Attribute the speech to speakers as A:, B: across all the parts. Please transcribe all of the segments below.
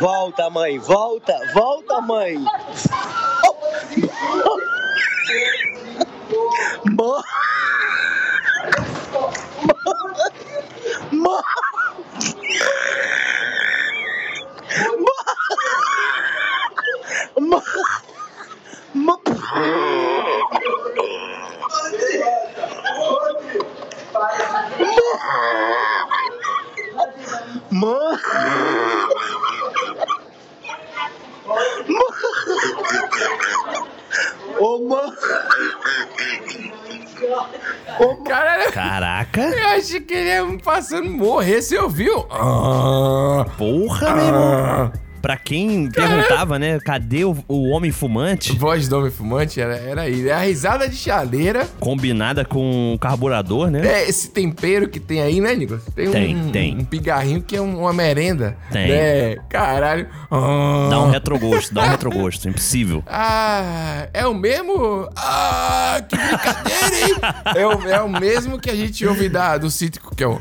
A: Volta, mãe, volta, volta, mãe. Mãe. Mãe. Mãe. Mãe. Mãe. Ô, mãe.
B: Caralho,
C: Caraca.
B: eu achei que ele ia passando morrer, você ouviu? Ah,
C: Porra, meu
D: é
C: irmão.
B: ah.
C: Pra quem perguntava, né? Cadê o, o homem fumante?
B: Voz do homem fumante era, era ele. É a risada de chaleira.
C: Combinada com o carburador, né?
B: É esse tempero que tem aí, né, Nicolas? um-
C: Tem, tem.
B: um pigarrinho que é um- uma merenda.
C: Tem.
B: Né? Caralho. Ah.
C: Dá um retrogosto, dá um retrogosto. Impossível.
B: Ah, é o mesmo? Ah, que brincadeira, hein? é, o, é o mesmo que a gente ouve da, do cítrico, que é o...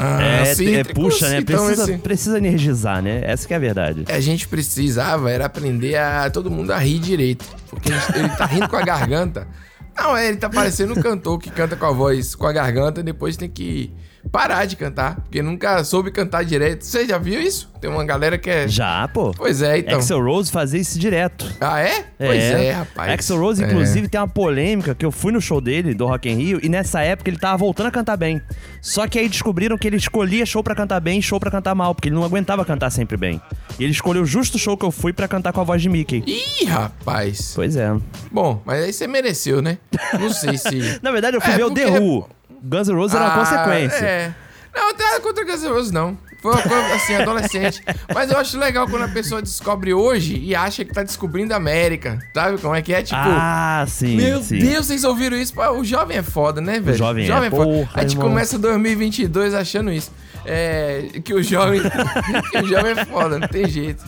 B: Ah,
C: É, é,
B: cítrico,
C: puxa, né?
B: então
C: Precisa,
B: esse-
C: precisa energizar, né? Essa que é a verdade.
B: A gente precisava era aprender a todo mundo a rir direito. Porque a gente- ele tá rindo com a garganta. Não, é, ele tá parecendo um cantor que canta com a voz com a garganta e depois tem que parar de cantar. Porque nunca soube cantar direito. Você já viu isso? Tem uma galera que é.
C: Já, pô.
B: Pois é, então.
C: Axel Rose fazia isso direto.
B: Ah, é? Pois é, rapaz.
C: Axel Rose,
B: É.
C: inclusive, tem uma polêmica que eu fui no show dele, do Rock in Rio, e nessa época ele tava voltando a cantar bem. Só que aí descobriram que ele escolhia show pra cantar bem e show pra cantar mal, porque ele não aguentava cantar sempre bem. E ele escolheu justo o show que eu fui pra cantar com a voz de Mickey.
B: É. Ih, rapaz.
C: Pois é.
B: Bom, mas aí você mereceu, né? Não sei se.
C: Na verdade, eu fui
B: É,
C: ver o
B: porque-
C: The Who. Guns N' Roses era uma
B: Ah,
C: consequência.
B: É. Não, até nada contra Guns N' Roses, não. Foi uma coisa, assim, adolescente. Mas eu acho legal quando a pessoa descobre hoje e acha que tá descobrindo a América. Sabe como é que é? Tipo.
C: ah, sim,
B: Meu
C: sim.
B: Deus, vocês ouviram isso? Pô, O jovem é foda, né, velho?
C: jovem é, porra,
B: A gente
C: irmão.
B: começa 2022 achando isso. É, que o jovem que o jovem é foda, não tem jeito.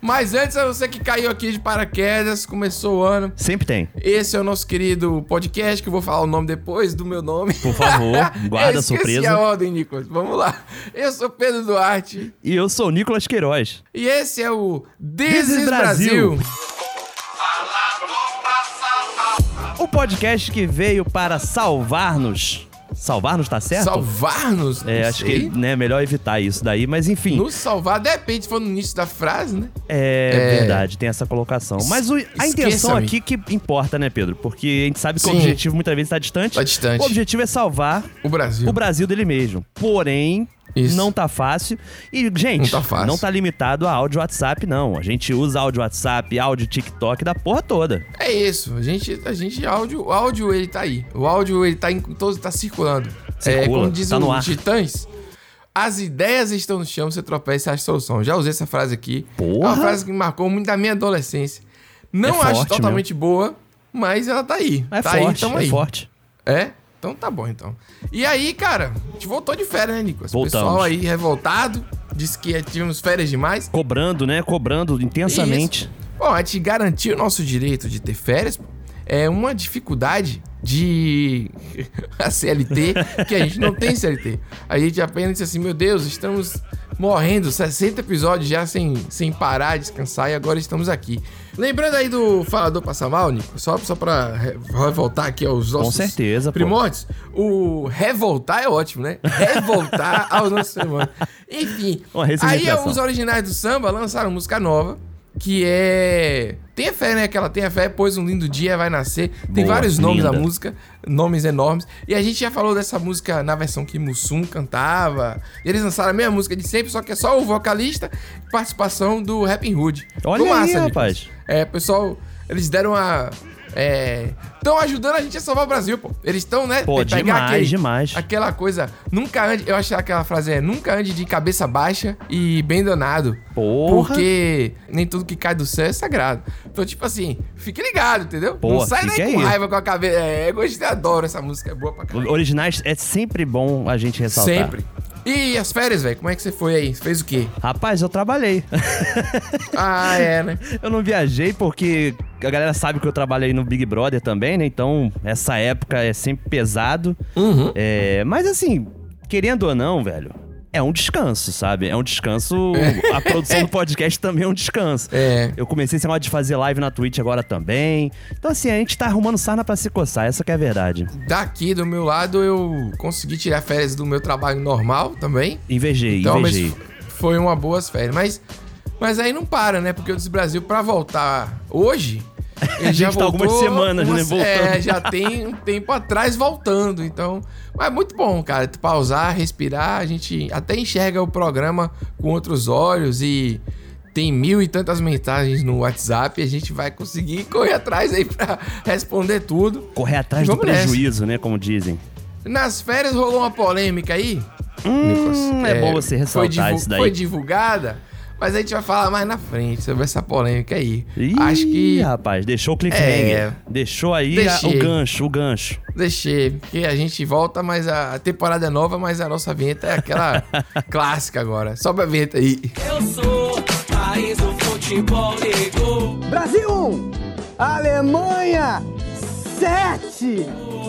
B: Mas antes, a você que caiu aqui de paraquedas, começou o ano.
C: Sempre tem.
B: Esse é o nosso querido podcast, que eu vou falar o nome depois do meu nome.
C: Por favor,
B: Eu
C: guarda a
B: esqueci
C: surpresa.
B: a ordem, Nicolas. Vamos lá. Eu sou Pedro Duarte
C: E eu sou o Nicolas Queiroz.
B: e esse é o This,
C: This is
B: is Brasil.
C: Brasil. O podcast que veio para salvar-nos. Salvar-nos, tá certo?
B: Salvar-nos?
C: É,
B: Não
C: acho
B: sei.
C: que é né, é melhor evitar isso daí, mas enfim,
B: Nos salvar, depende, se for no início da frase, né?
C: é,
B: é.
C: verdade, tem essa colocação. Mas o- a
B: Esqueça-me.
C: intenção aqui que importa, né, Pedro? Porque a gente sabe que
B: Sim.
C: o objetivo muitas vezes está distante.
B: Tá distante.
C: O objetivo é salvar
B: O Brasil.
C: o Brasil dele mesmo. Porém,
B: Isso.
C: não tá fácil. E, gente,
B: Não tá fácil.
C: não tá limitado a áudio WhatsApp, não. A gente usa áudio WhatsApp, áudio TikTok da porra toda.
B: É isso. A gente, a gente áudio, o áudio ele tá aí. O áudio ele tá em todo tá circulando.
C: Circula,
B: é, como diz
C: tá
B: o
C: no ar.
B: Titãs, as ideias estão no chão, você tropeça e acha solução. Já usei essa frase aqui.
C: Porra!
B: É uma frase que me marcou muito da minha adolescência. Não
C: É
B: acho
C: forte
B: totalmente boa, mas ela tá aí.
C: É
B: tá aí,
C: forte,
B: tamo
C: é
B: aí.
C: forte.
B: É? Então tá bom, então. E aí, cara, a gente voltou de férias, né, Nicolas? O
C: Voltamos.
B: pessoal aí revoltado, disse que tivemos férias demais.
C: Cobrando, né? Cobrando intensamente.
B: Bom, a gente garantir o nosso direito de ter férias é uma dificuldade de a CLT, que a gente não tem CLT. A gente apenas disse assim, meu Deus, estamos morrendo, 60 episódios já sem, sem parar, descansar, e agora estamos aqui. Lembrando aí do Falador Passa Mal, Nico, só, só pra re- revoltar aqui aos nossos
C: certeza, pô.
B: primórdios, o revoltar é ótimo, né? Revoltar aos nossos primórdios. Enfim,
C: Uma
B: aí
C: ressignificação.
B: os originais do samba lançaram música nova, que é. Tenha fé, né? Que ela tenha fé, pois um lindo dia vai nascer. Tem
C: Boa,
B: vários nomes da
C: linda.
B: música, nomes enormes. E a gente já falou dessa música na versão que Mussum cantava. Eles lançaram a mesma música de sempre, só que é só o vocalista e participação do Rapping Hood.
C: Olha
B: Ficou
C: aí,
B: Nicolas.
C: rapaz.
B: É, pessoal, eles deram uma. É. Estão ajudando a gente a salvar o Brasil, pô. Eles estão, né?
C: Pô,
B: pegar
C: demais, demais.
B: Aquela coisa, nunca ande. Eu acho que aquela frase é: nunca ande de cabeça baixa e bem donado.
C: Porra.
B: Porque nem tudo que cai do céu é sagrado. Então, tipo assim, fique ligado, entendeu?
C: Pô,
B: Não sai
C: fica
B: daí com
C: aí.
B: raiva com a cabeça. É, eu gostei, adoro essa música, é boa pra caralho.
C: Originais é sempre bom a gente ressaltar.
B: Sempre. E as férias, velho? Como é que você foi aí? Você fez o quê?
C: Rapaz, eu trabalhei.
B: Ah, é, né?
C: eu não viajei porque a galera sabe que eu trabalhei no Big Brother também, né? Então, essa época é sempre pesado.
B: Uhum.
C: É, mas assim, querendo ou não, velho, é um descanso, sabe? É um descanso. A produção do podcast também é um descanso.
B: É.
C: Eu comecei esse negócio de fazer live na Twitch agora também. Então, assim, a gente tá arrumando sarna pra se coçar, essa que é a verdade.
B: Daqui do meu lado eu consegui tirar férias do meu trabalho normal também.
C: Invejei,
B: Então, mas
C: invejei.
B: foi uma boa férias. Mas, mas aí não para, né? Porque o Desbrasil, pra voltar hoje, ele já
C: gente tá
B: voltou
C: algumas semanas,
B: umas-
C: né, voltando.
B: É, já tem um tempo atrás voltando. Então, mas muito bom, cara. Tu pausar, respirar, a gente até enxerga o programa com outros olhos e tem mil e tantas mensagens no WhatsApp. A gente vai conseguir correr atrás aí pra responder tudo.
C: Correr atrás do
B: Vamos nessa.
C: prejuízo, né? Como dizem.
B: Nas férias rolou uma polêmica aí.
C: Hum, é, bom você
B: foi,
C: ressaltar
B: divu-
C: isso daí.
B: foi divulgada, mas a gente vai falar mais na frente sobre essa polêmica aí.
C: Ih,
B: Acho que
C: rapaz, deixou o cliffhanger.
B: É.
C: Deixou aí a-
B: Deixei.
C: o gancho, o gancho.
B: deixei, porque a gente volta, mas a a temporada é nova, mas a nossa vinheta é aquela clássica agora. Sobe a vinheta aí.
E: Eu sou país do futebol ligou.
A: Brasil 1, Alemanha 7.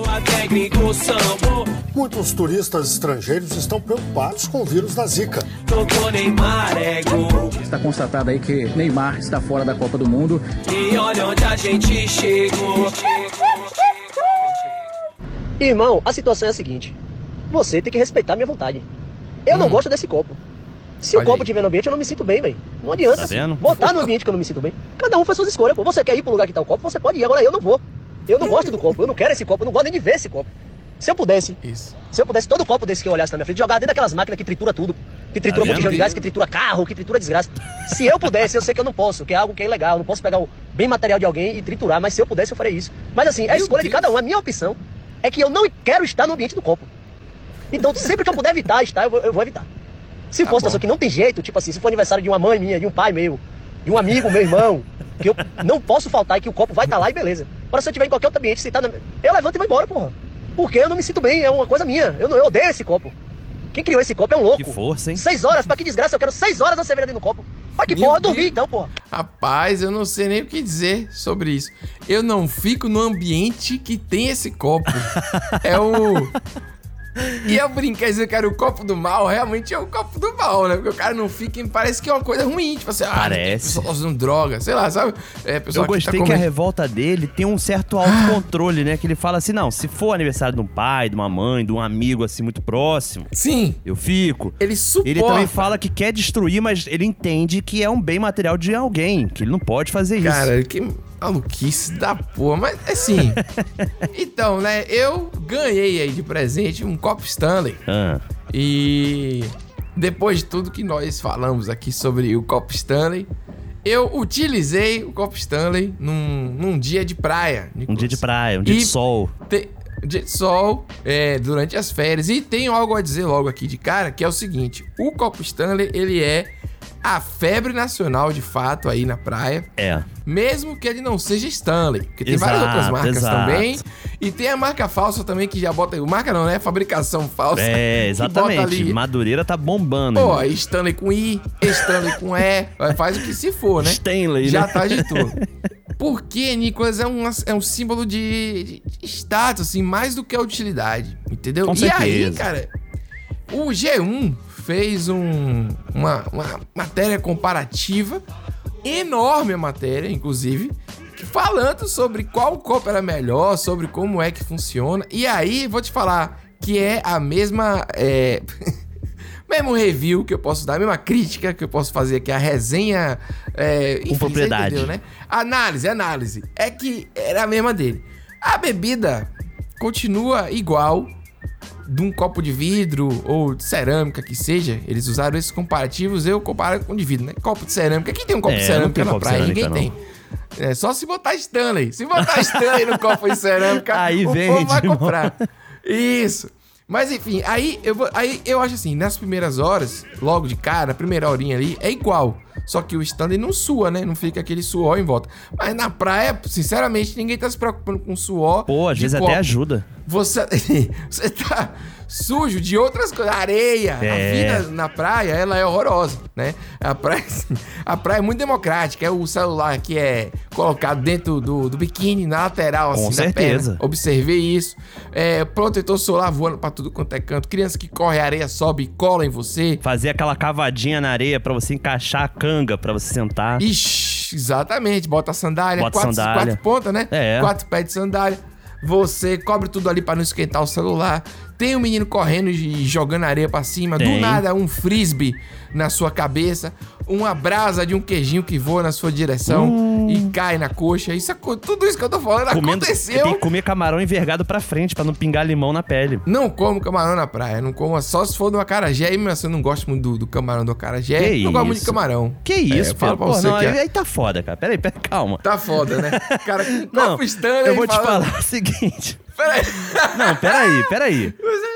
E: Até gringo sambou.
F: Muitos turistas estrangeiros estão preocupados com o vírus da Zika.
E: Tocou Neymar é gol.
G: Está constatado aí que Neymar está fora da Copa do Mundo.
E: E olha onde a gente chegou.
H: Irmão, a situação é a seguinte. Você tem que respeitar a minha vontade. Eu não gosto desse copo. Se
B: Olha
H: o copo
B: aí.
H: tiver no ambiente, eu não me sinto bem, velho. Não adianta.
C: Tá
H: assim,
C: vendo?
H: Botar no ambiente que eu não me sinto bem. Cada um faz suas escolhas, pô. Você quer ir pro lugar que tá o copo, você pode ir. Agora eu não vou. Eu não gosto do copo. Eu não quero esse copo. Eu não gosto nem de ver esse copo. Se eu pudesse,
B: Isso.
H: se eu pudesse, todo copo desse que eu olhasse na minha frente, jogar dentro daquelas máquinas que tritura tudo. Que tritura
B: é um
C: vendo?
H: botijão de gás, que tritura carro, que tritura desgraça. Se eu pudesse, eu sei que eu não posso, que é algo que é ilegal. Eu não posso pegar o bem material de alguém e triturar, mas se eu pudesse, eu faria isso. Mas assim, é a
B: Meu
H: escolha de
B: Deus.
H: cada um. A minha opção é que eu não quero estar no ambiente do copo. Então, sempre que eu puder evitar estar, eu vou, eu vou evitar. Se
B: Tá
H: fosse
B: bom.
H: uma pessoa que não tem jeito, tipo assim, se for aniversário de uma mãe minha, de um pai meu, de um amigo, meu irmão, que eu não posso faltar e que o copo vai estar lá e beleza. Agora, se eu tiver em qualquer outro ambiente, se tá na... eu levanto e vou embora, porra. Porque eu não me sinto bem, é uma coisa minha. Eu, não, eu odeio esse copo. Quem criou esse copo é um louco.
C: Que força, hein?
H: Seis horas, pra que desgraça, eu quero seis horas da cerveja dentro do copo. Pra que
B: Meu
H: porra, eu
B: Deus.
H: dormi então, porra.
B: Rapaz, eu não sei nem o que dizer sobre isso. Eu não fico no ambiente que tem esse copo. é o. E eu brinquei dizer que era o copo do mal, realmente é o copo do mal, né? Porque o cara não fica. em- Parece que é uma coisa ruim. Tipo assim, ah,
C: Parece.
B: pessoal usando droga, sei lá, sabe? É,
C: Eu
B: pessoal que tá Ah.
C: gostei que a
B: comendo-
C: revolta dele tem um certo autocontrole, né? Que ele fala assim: não, se for aniversário de um pai, de uma mãe, de um amigo assim muito próximo,
B: Sim,
C: eu fico.
B: ele suporta.
C: Ele também fala que quer destruir, mas ele entende que é um bem material de alguém, que ele não pode fazer isso.
B: Cara, que maluquice da porra. Mas assim. então, né? Eu ganhei aí de presente um copo Stanley.
C: Ah,
B: E depois de tudo que nós falamos aqui sobre o copo Stanley, eu utilizei o copo Stanley num, num dia de praia.
C: um dia de praia, um dia
B: E-
C: de sol.
B: Te- um dia de sol é, durante as férias. E tenho algo a dizer logo aqui de cara, que é o seguinte: o copo Stanley ele é a febre nacional de fato aí na praia.
C: É.
B: Mesmo que ele não seja Stanley, porque tem
C: Exato,
B: várias outras marcas
C: exato.
B: também. E tem a marca falsa também que já bota. Marca não, né? Fabricação falsa. que bota
C: É, exatamente.
B: ali-
C: Madureira tá bombando.
B: Pô,
C: irmão.
B: Stanley com I, Stanley com E, vai, faz o que se for, né?
C: Stanley,
B: Já
C: né?
B: tá de tudo. Porque, Nicolas, é um, é um símbolo de, de status, assim, mais do que a utilidade, entendeu?
C: Com
B: e aí,
C: certeza.
B: cara, o G1 fez um- uma, uma matéria comparativa, enorme a matéria, inclusive, que- falando sobre qual copo era melhor, sobre como é que funciona. E aí, vou te falar que é a mesma. é, mesmo review que eu posso dar, a mesma crítica que eu posso fazer aqui, a resenha. É, enfim, você
C: propriedade.
B: entendeu, né? Análise, análise. É que era a mesma dele. A bebida continua igual de um copo de vidro ou de cerâmica que seja. Eles usaram esses comparativos, eu comparo com de vidro, né? Copo de cerâmica. Quem tem um copo
C: É,
B: de
C: eu não
B: cerâmica
C: tenho
B: na
C: copo de
B: praia? Ninguém
C: cerâmica,
B: tem. É só se botar Stanley. Se botar Stanley no copo de cerâmica,
C: Aí
B: o
C: vende,
B: povo vai
C: irmão.
B: comprar. Isso. Mas enfim, aí eu, vou- aí eu acho assim, nas primeiras horas, logo de cara, a primeira horinha ali, é igual. Só que o Stanley não sua, né? Não fica aquele suor em volta. Mas na praia, sinceramente, ninguém tá se preocupando com suor.
C: Pô, às
B: de
C: vezes
B: copo.
C: até ajuda.
B: Você, você tá sujo de outras coisas. Areia.
C: É.
B: A vida na praia, ela é horrorosa, né? A praia, a praia é muito democrática. É o celular que é colocado dentro do, do biquíni, na lateral,
C: Com
B: assim, da
C: certeza.
B: perna. Observei isso. É, protetor solar voando pra tudo quanto é canto. Criança que corre, a areia sobe e cola em você.
C: Fazer aquela cavadinha na areia pra você encaixar a canga pra você sentar.
B: Ixi, exatamente. Bota a sandália,
C: Bota
B: quatro,
C: sandália.
B: quatro pontas, né?
C: É.
B: Quatro pés de sandália. Você cobre tudo ali pra não esquentar o celular. Tem um menino correndo e jogando areia pra cima.
C: Tem.
B: Do nada, um frisbee na sua cabeça. Uma brasa de um queijinho que voa na sua direção e cai na coxa. Isso, acon- tudo isso que eu tô falando
C: Uh. Comendo,
B: aconteceu.
C: Tem que comer camarão envergado pra frente pra não pingar limão na pele.
B: Não como camarão na praia, não como só se for do acarajé. E mesmo assim, eu não gosto muito do, do camarão do acarajé.
C: Que
B: não gosto muito de
C: isso.
B: camarão.
C: Que
B: É,
C: isso,
B: eu falo
C: pô.
B: pra você
C: não,
B: que é-
C: aí, aí tá foda, cara. Peraí, peraí, calma.
B: Tá foda, né? Cara, com
C: Não,
B: copo Stanley
C: eu vou te
B: falando-
C: falar o seguinte.
B: Peraí.
C: Não, peraí, peraí.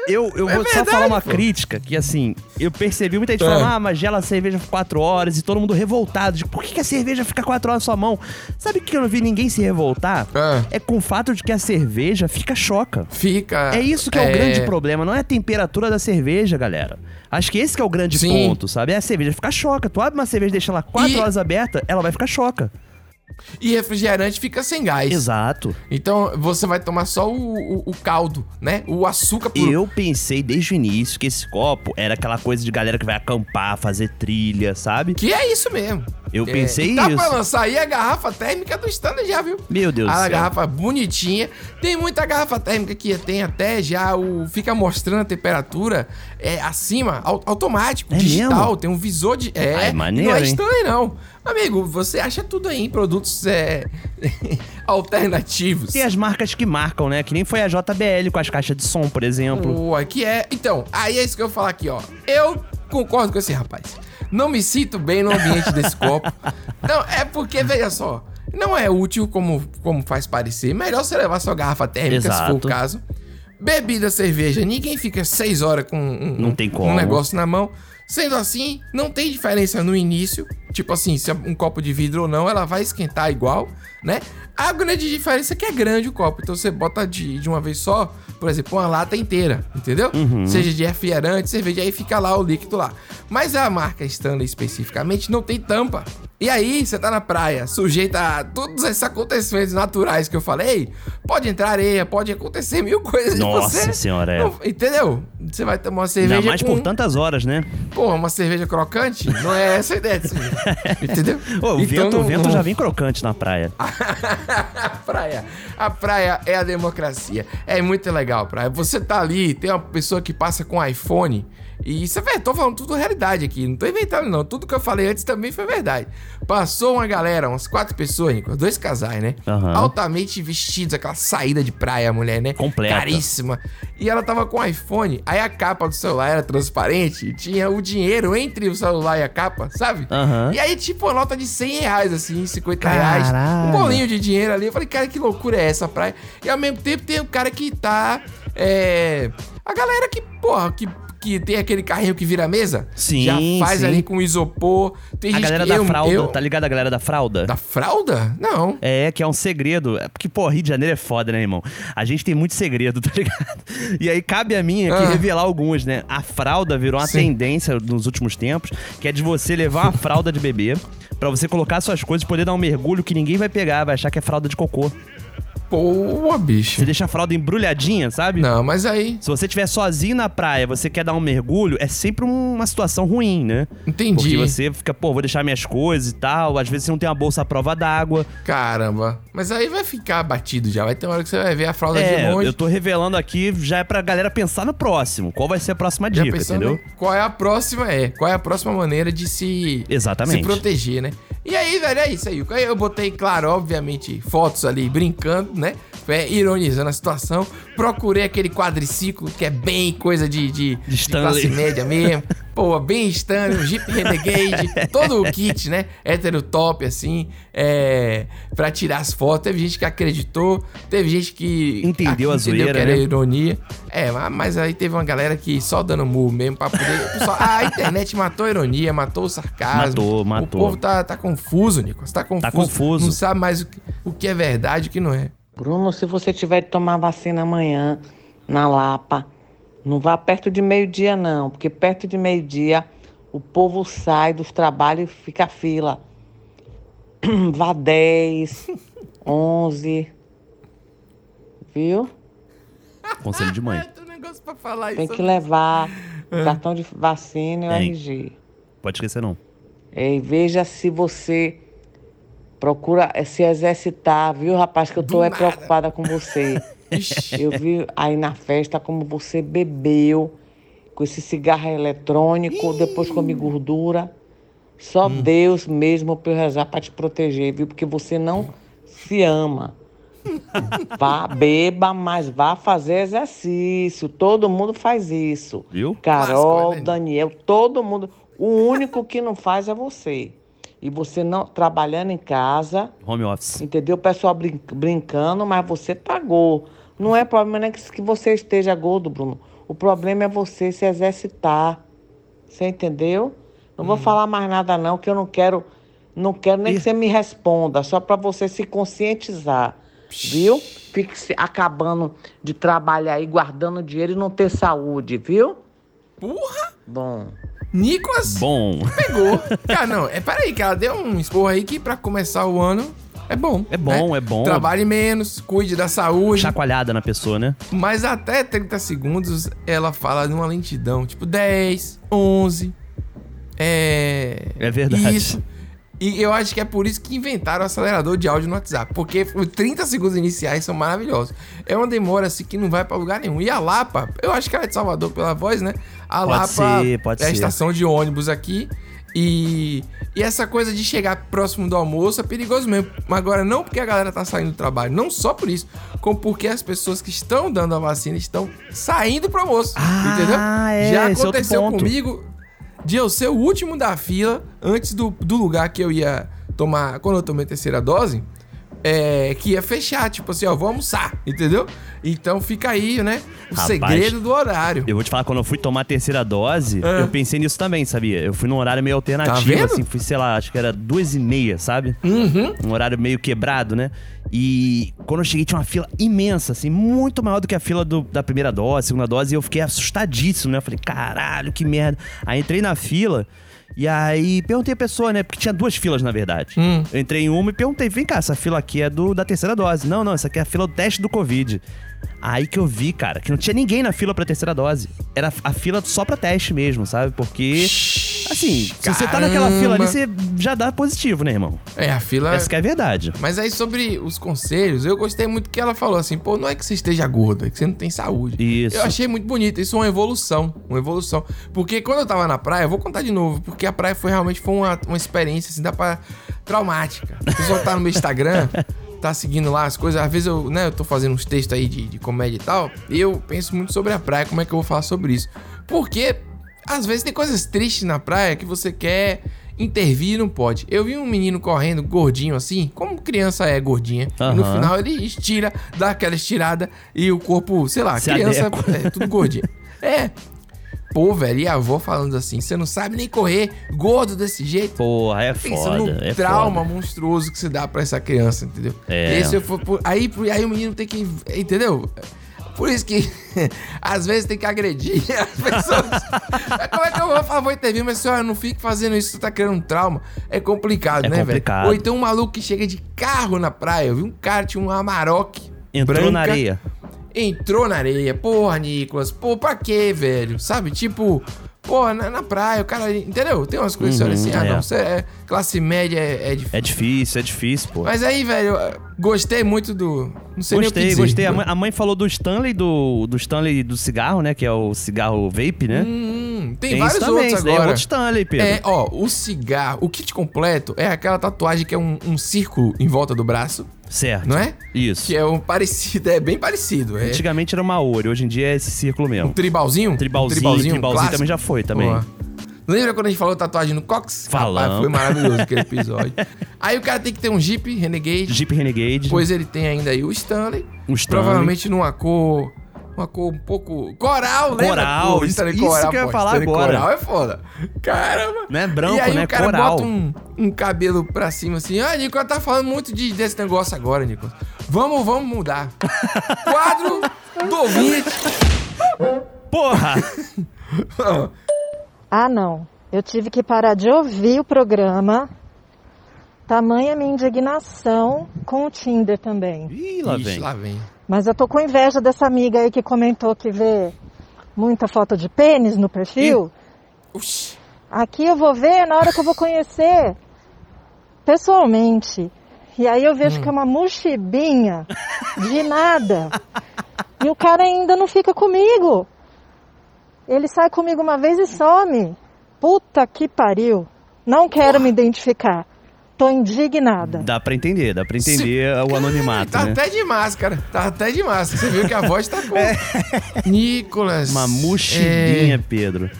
C: Eu, eu
B: É
C: vou só
B: verdade,
C: falar uma
B: pô.
C: crítica, que assim, eu percebi muita gente falando, ah, mas gela a cerveja por 4 horas e todo mundo revoltado. De, por que, que a cerveja fica 4 horas na sua mão? Sabe o que eu não vi ninguém se revoltar?
B: Ah.
C: É com o fato de que a cerveja fica choca.
B: Fica.
C: É isso que é, o grande problema, não é a temperatura da cerveja, galera. Acho que esse que é o grande
B: Sim.
C: ponto, sabe? É a cerveja ficar choca. Tu abre uma cerveja e deixa ela 4
B: E-
C: horas aberta, ela vai ficar choca.
B: E refrigerante fica sem gás.
C: Exato.
B: Então você vai tomar só o, o- o caldo, né? O açúcar puro.
C: Eu pensei desde o início que esse copo era aquela coisa de galera que vai acampar, fazer trilha, sabe?
B: Que é isso mesmo.
C: Eu
B: É,
C: pensei
B: dá pra
C: isso.
B: lançar aí a garrafa térmica do Stanley já, viu?
C: Meu Deus do
B: A
C: céu.
B: Ah, garrafa bonitinha. Tem muita garrafa térmica que tem até já o... Fica mostrando a temperatura é, acima, au- automático,
C: É
B: digital.
C: mesmo?
B: Tem um visor de... É,
C: Ah, é maneiro,
B: Não é
C: hein?
B: Stanley, não. Amigo, você acha tudo aí em produtos é, alternativos.
C: Tem as marcas que marcam, né? Que nem foi a JBL com as caixas de som, por exemplo.
B: Boa, que é. Então, aí é isso que eu vou falar aqui, ó. Eu concordo com esse rapaz. Não me sinto bem no ambiente desse copo. Não, é porque, veja só, não é útil como, como faz parecer. Melhor você levar sua garrafa térmica, se for o
C: Exato.
B: caso. Bebida, cerveja, ninguém fica seis horas com um,
C: Não tem como.
B: um negócio na mão. Sendo assim, não tem diferença no início. Tipo assim, se é um copo de vidro ou não, ela vai esquentar igual, né? A grande diferença é que é grande o copo. Então você bota de, de uma vez só, por exemplo, uma lata inteira, entendeu?
C: Uhum.
B: Seja de refrigerante, cerveja, aí fica lá o líquido lá. Mas a marca Stanley especificamente não tem tampa. E aí, você tá na praia, sujeita a todos esses acontecimentos naturais que eu falei, pode entrar areia, pode acontecer mil coisas. e
C: Nossa
B: você
C: senhora, é.
B: não- entendeu? Você vai tomar uma cerveja.
C: Ainda mais
B: com-
C: por tantas horas, né?
B: Porra, uma cerveja crocante? Não é essa a ideia disso. Entendeu? Então,
C: Ô, o vento,
B: não-
C: o vento
B: não-
C: já vem crocante na praia.
B: Ah, a praia. A praia é a democracia. É muito legal, praia. Você tá ali, tem uma pessoa que passa com iPhone. E isso é verdade, tô falando tudo realidade aqui, não tô inventando não. Tudo que eu falei antes também foi verdade. Passou uma galera, umas quatro pessoas, Nico, dois casais, né?
C: Aham.
B: Altamente vestidos, aquela saída de praia, a mulher, né?
C: Completa.
B: Caríssima. E ela tava com iPhone, aí a capa do celular era transparente, e tinha o dinheiro entre o celular e a capa, sabe?
C: Aham.
B: E aí, tipo, uma nota de 100 reais, assim, 50 reais. Um
C: Caralho.
B: bolinho de dinheiro ali. Eu falei, cara, que loucura é essa praia? E ao mesmo tempo tem o cara que tá. É. A galera que, porra, que, que tem aquele carrinho que vira mesa.
C: Sim,
B: Já faz
C: sim.
B: ali com isopor. Tem
C: A
B: gente
C: galera
B: que
C: da
B: eu-
C: fralda,
B: eu-
C: tá ligado a galera da fralda?
B: Da fralda? Não.
C: É, que é um segredo. É porque, pô, Rio de Janeiro é foda, né, irmão? A gente tem muito segredo, tá ligado? E aí cabe a mim aqui
B: Ah.
C: revelar alguns, né? A fralda virou uma
B: Sim.
C: tendência nos últimos tempos, que é de você levar uma fralda de bebê pra você colocar suas coisas, poder dar um mergulho que ninguém vai pegar, vai achar que é fralda de cocô.
B: Boa, bicho.
C: Você deixa a fralda embrulhadinha, sabe?
B: Não, mas aí.
C: Se você estiver sozinho na praia, você quer dar um mergulho, é sempre uma situação ruim, né?
B: Entendi.
C: Porque você fica, pô, vou deixar minhas coisas e tal. Às vezes você não tem uma bolsa à prova d'água.
B: Caramba. Mas aí vai ficar batido já. Vai ter uma hora que você vai ver a fralda
C: É,
B: de longe.
C: eu tô revelando aqui, já é pra galera pensar no próximo. Qual vai ser a próxima
B: Já
C: dica,
B: pensando
C: entendeu?
B: qual é a próxima, é. Qual é a próxima maneira de se...
C: Exatamente.
B: Se proteger, né? E aí, velho, é isso aí. Aí Eu botei, claro, obviamente, fotos ali brincando, né? É, ironizando a situação. Procurei aquele quadriciclo que é bem coisa de, de,
C: De
B: de classe
C: Stanley.
B: média mesmo. Pô, bem Stanley, um Jeep Renegade, todo o kit, né? Hétero top, assim, é, pra tirar as fotos. Teve gente que acreditou, teve gente que...
C: Entendeu a zoeira,
B: que era
C: né?
B: ironia. É, ma- mas aí teve uma galera que só dando murro mesmo pra poder. o pessoal, ah, a internet matou a ironia, matou o sarcasmo.
C: Matou, matou.
B: O povo tá, tá confuso, Nicolas. Tá confuso.
C: confuso.
B: Não sabe mais o que, o que é verdade e o que não é.
I: Bruno, se você tiver de tomar vacina amanhã,
J: na Lapa. Não vá perto de meio-dia, não, porque perto de meio-dia o povo sai dos trabalhos e fica fila. Vá 10, 11. Viu?
C: Conselho de mãe.
B: Ah, tem um negócio pra falar
J: Tem
B: isso.
J: que levar o cartão de vacina e o
C: Tem.
J: RG.
C: Pode esquecer, não.
J: É, e veja se você procura eh, se exercitar, viu, rapaz? Que eu tô
B: Do
J: é
B: nada.
J: preocupada com você.
B: Ixi,
J: Eu vi aí na festa como você bebeu com esse cigarro eletrônico, depois come gordura. Só Deus mesmo pra eu rezar pra te proteger, viu? Porque você não se ama. Vá, beba, mas vá fazer exercício. Todo mundo faz isso.
C: Viu?
J: Carol,
B: Clássico, né,
J: Daniel, todo mundo. O único que não faz é você. E você não trabalhando em casa,
C: Home office.
J: Entendeu? O pessoal brin- brincando, mas você tá gol. Não é problema nem que, que você esteja gordo, Bruno. O problema é você se exercitar. Você entendeu? Não vou falar mais nada não, que eu não quero, não quero nem
C: Ih.
J: que você me responda, só para você se conscientizar, viu? Fique se acabando de trabalhar aí, guardando dinheiro e não ter saúde, viu?
B: porra!
J: Bom.
B: Nicolas
C: Bom.
B: pegou. Cara, não, é peraí, que ela deu um esporro aí que pra começar o ano é bom.
C: É bom,
B: né?
C: é bom.
B: Trabalhe menos, cuide da saúde.
C: Chacoalhada na pessoa, né?
B: Mas até 30 segundos ela fala numa lentidão, tipo 10, 11. É.
C: É verdade.
B: Isso. E eu acho que é por isso que inventaram o acelerador de áudio no WhatsApp, porque os 30 segundos iniciais são maravilhosos. É uma demora assim que não vai pra lugar nenhum. E a Lapa, eu acho que ela é de Salvador pela voz, né? A
C: Pode
B: Lapa
C: ser, pode
B: é a
C: ser.
B: estação de ônibus aqui. E, e essa coisa de chegar próximo do almoço é perigoso mesmo. Mas agora não porque a galera tá saindo do trabalho, não só por isso, como porque as pessoas que estão dando a vacina estão saindo pro almoço.
C: Ah,
B: entendeu?
C: é,
B: Já
C: esse é outro
B: aconteceu
C: ponto.
B: comigo de eu ser o último da fila antes do, do lugar que eu ia tomar. Quando eu tomei a terceira dose, é, que ia fechar, tipo assim, ó, vou almoçar, entendeu? Então fica aí, né? O
C: Rapaz,
B: segredo do horário.
C: Eu vou te falar, quando eu fui tomar a terceira dose,
B: Ah.
C: eu pensei nisso também, sabia? Eu fui num horário meio
B: Tá
C: alternativo,
B: vendo?
C: assim, fui, sei lá, acho que era duas e meia, sabe?
B: Uhum.
C: Um horário meio quebrado, né? E quando eu cheguei, tinha uma fila imensa, assim, muito maior do que a fila do- da primeira dose, segunda dose, e eu fiquei assustadíssimo, né? Eu falei, caralho, que merda. Aí entrei na fila. E aí, perguntei a pessoa, né? Porque tinha duas filas, na verdade. Eu entrei em uma e perguntei: vem cá, essa fila aqui é do da terceira dose. Não, não, essa aqui é a fila do teste do Covid. Aí que eu vi, cara, que não tinha ninguém na fila pra terceira dose. Era a fila só pra teste mesmo, sabe? Porque. Assim, se você tá naquela fila ali,
B: Caramba.
C: você já dá positivo, né, irmão?
B: É, a fila.
C: Essa que é a verdade.
B: Mas aí sobre os conselhos, eu gostei muito que ela falou assim, pô, não é que você esteja gordo, é que você não tem saúde.
C: Isso.
B: Eu achei muito bonito, isso é uma evolução, uma evolução. Porque quando eu tava na praia, eu vou contar de novo, porque a praia foi realmente foi uma, uma experiência, assim, dá pra... traumática. O pessoal tá no meu Instagram, tá seguindo lá as coisas, às vezes eu, né, eu tô fazendo uns textos aí de, de comédia e tal, e eu penso muito sobre a praia, como é que eu vou falar sobre isso. Porque, às vezes, tem coisas tristes na praia que você quer intervir e não pode. Eu vi um menino correndo, gordinho assim, como criança é gordinha, e no
C: Aham.
B: final ele estira, dá aquela estirada e o corpo, sei lá,
C: Se
B: criança
C: adequa.
B: é tudo gordinho. É. Pô, velho, e a avó falando assim, você não sabe nem correr, gordo desse jeito.
C: Porra, é
B: Pensa
C: foda.
B: no
C: é
B: trauma
C: foda.
B: monstruoso que se dá pra essa criança, entendeu?
C: É.
B: Esse eu for- por- aí, por- aí o menino tem que. Entendeu? Por isso que às vezes tem que agredir as pessoas. Mas Como é que eu vou falar, vou intervir? Mas senhora, não fique fazendo isso, você tá criando um trauma. É complicado,
C: É
B: né,
C: complicado.
B: velho? Ou então um maluco que chega de carro na praia. Eu vi um cara, tinha um Amarok.
C: Entrou
B: branca,
C: na areia.
B: Entrou na areia. Porra, Nicolas. Pô, pra quê, velho? Sabe? Tipo, porra, na, na praia, o cara. Entendeu? Tem umas coisas que você olha assim, ah,
C: é.
B: não, você é classe média, é, é difícil.
C: É difícil, é difícil, pô.
B: Mas aí, velho, eu gostei muito do. Não sei nem o que
C: Gostei,
B: dizer.
C: gostei. A mãe, a mãe falou do Stanley, do, do Stanley do cigarro, né? Que é o cigarro vape, né?
B: Hum, tem,
C: isso
B: vários outros
C: isso daí É
B: agora.
C: outro Stanley, Pedro.
B: É, ó, o cigarro, o kit completo é aquela tatuagem que é um, um círculo em volta do braço,
C: certo.
B: não é?
C: Isso.
B: Que é um parecido, é bem parecido. É
C: Antigamente era uma ouro, hoje em dia é esse círculo
B: um
C: mesmo.
B: tribalzinho?
C: Tribalzinho, tribalzinho, também já foi também.
B: Lembra quando a gente falou tatuagem no Cox?
C: Falamos.
B: Rapaz, foi maravilhoso aquele episódio. aí o cara tem que ter um Jeep Renegade.
C: Jeep Renegade.
B: Pois ele tem ainda aí o Stanley.
C: Um Stanley.
B: Provavelmente numa cor uma cor um pouco. Coral, né?
C: Coral,
B: Pô,
C: isso-
B: Stanley
C: isso que eu ia
B: pô,
C: falar
B: Stanley
C: agora.
B: Coral é foda. Caramba.
C: Não é branco,
B: e aí
C: né?
B: o cara
C: Coral.
B: bota um, um cabelo pra cima assim. Ah, Nicolas tá falando muito de- desse negócio agora, Nicolas. Vamos, vamos mudar. Quadro do ouvinte.
C: Porra!
K: Ah, não. Eu tive que parar de ouvir o programa. Tamanha minha indignação com o Tinder também.
C: Ih, lá
B: Ixi,
C: vem.
B: lá vem.
K: Mas eu tô com inveja dessa amiga aí que comentou que vê muita foto de pênis no perfil.
B: Oxi.
K: Aqui eu vou ver na hora que eu vou conhecer pessoalmente. E aí eu vejo que é uma mochibinha de nada. E o cara ainda não fica comigo. Ele sai comigo uma vez e some. Puta que pariu. Não quero me identificar. Tô indignada.
C: Dá pra entender, dá pra entender o anonimato,
B: Tá
C: né?
B: até de máscara. Tá até de máscara. Você viu que a voz tá com. Nicolas.
C: É. Uma mochibinha,
B: é,
C: Pedro.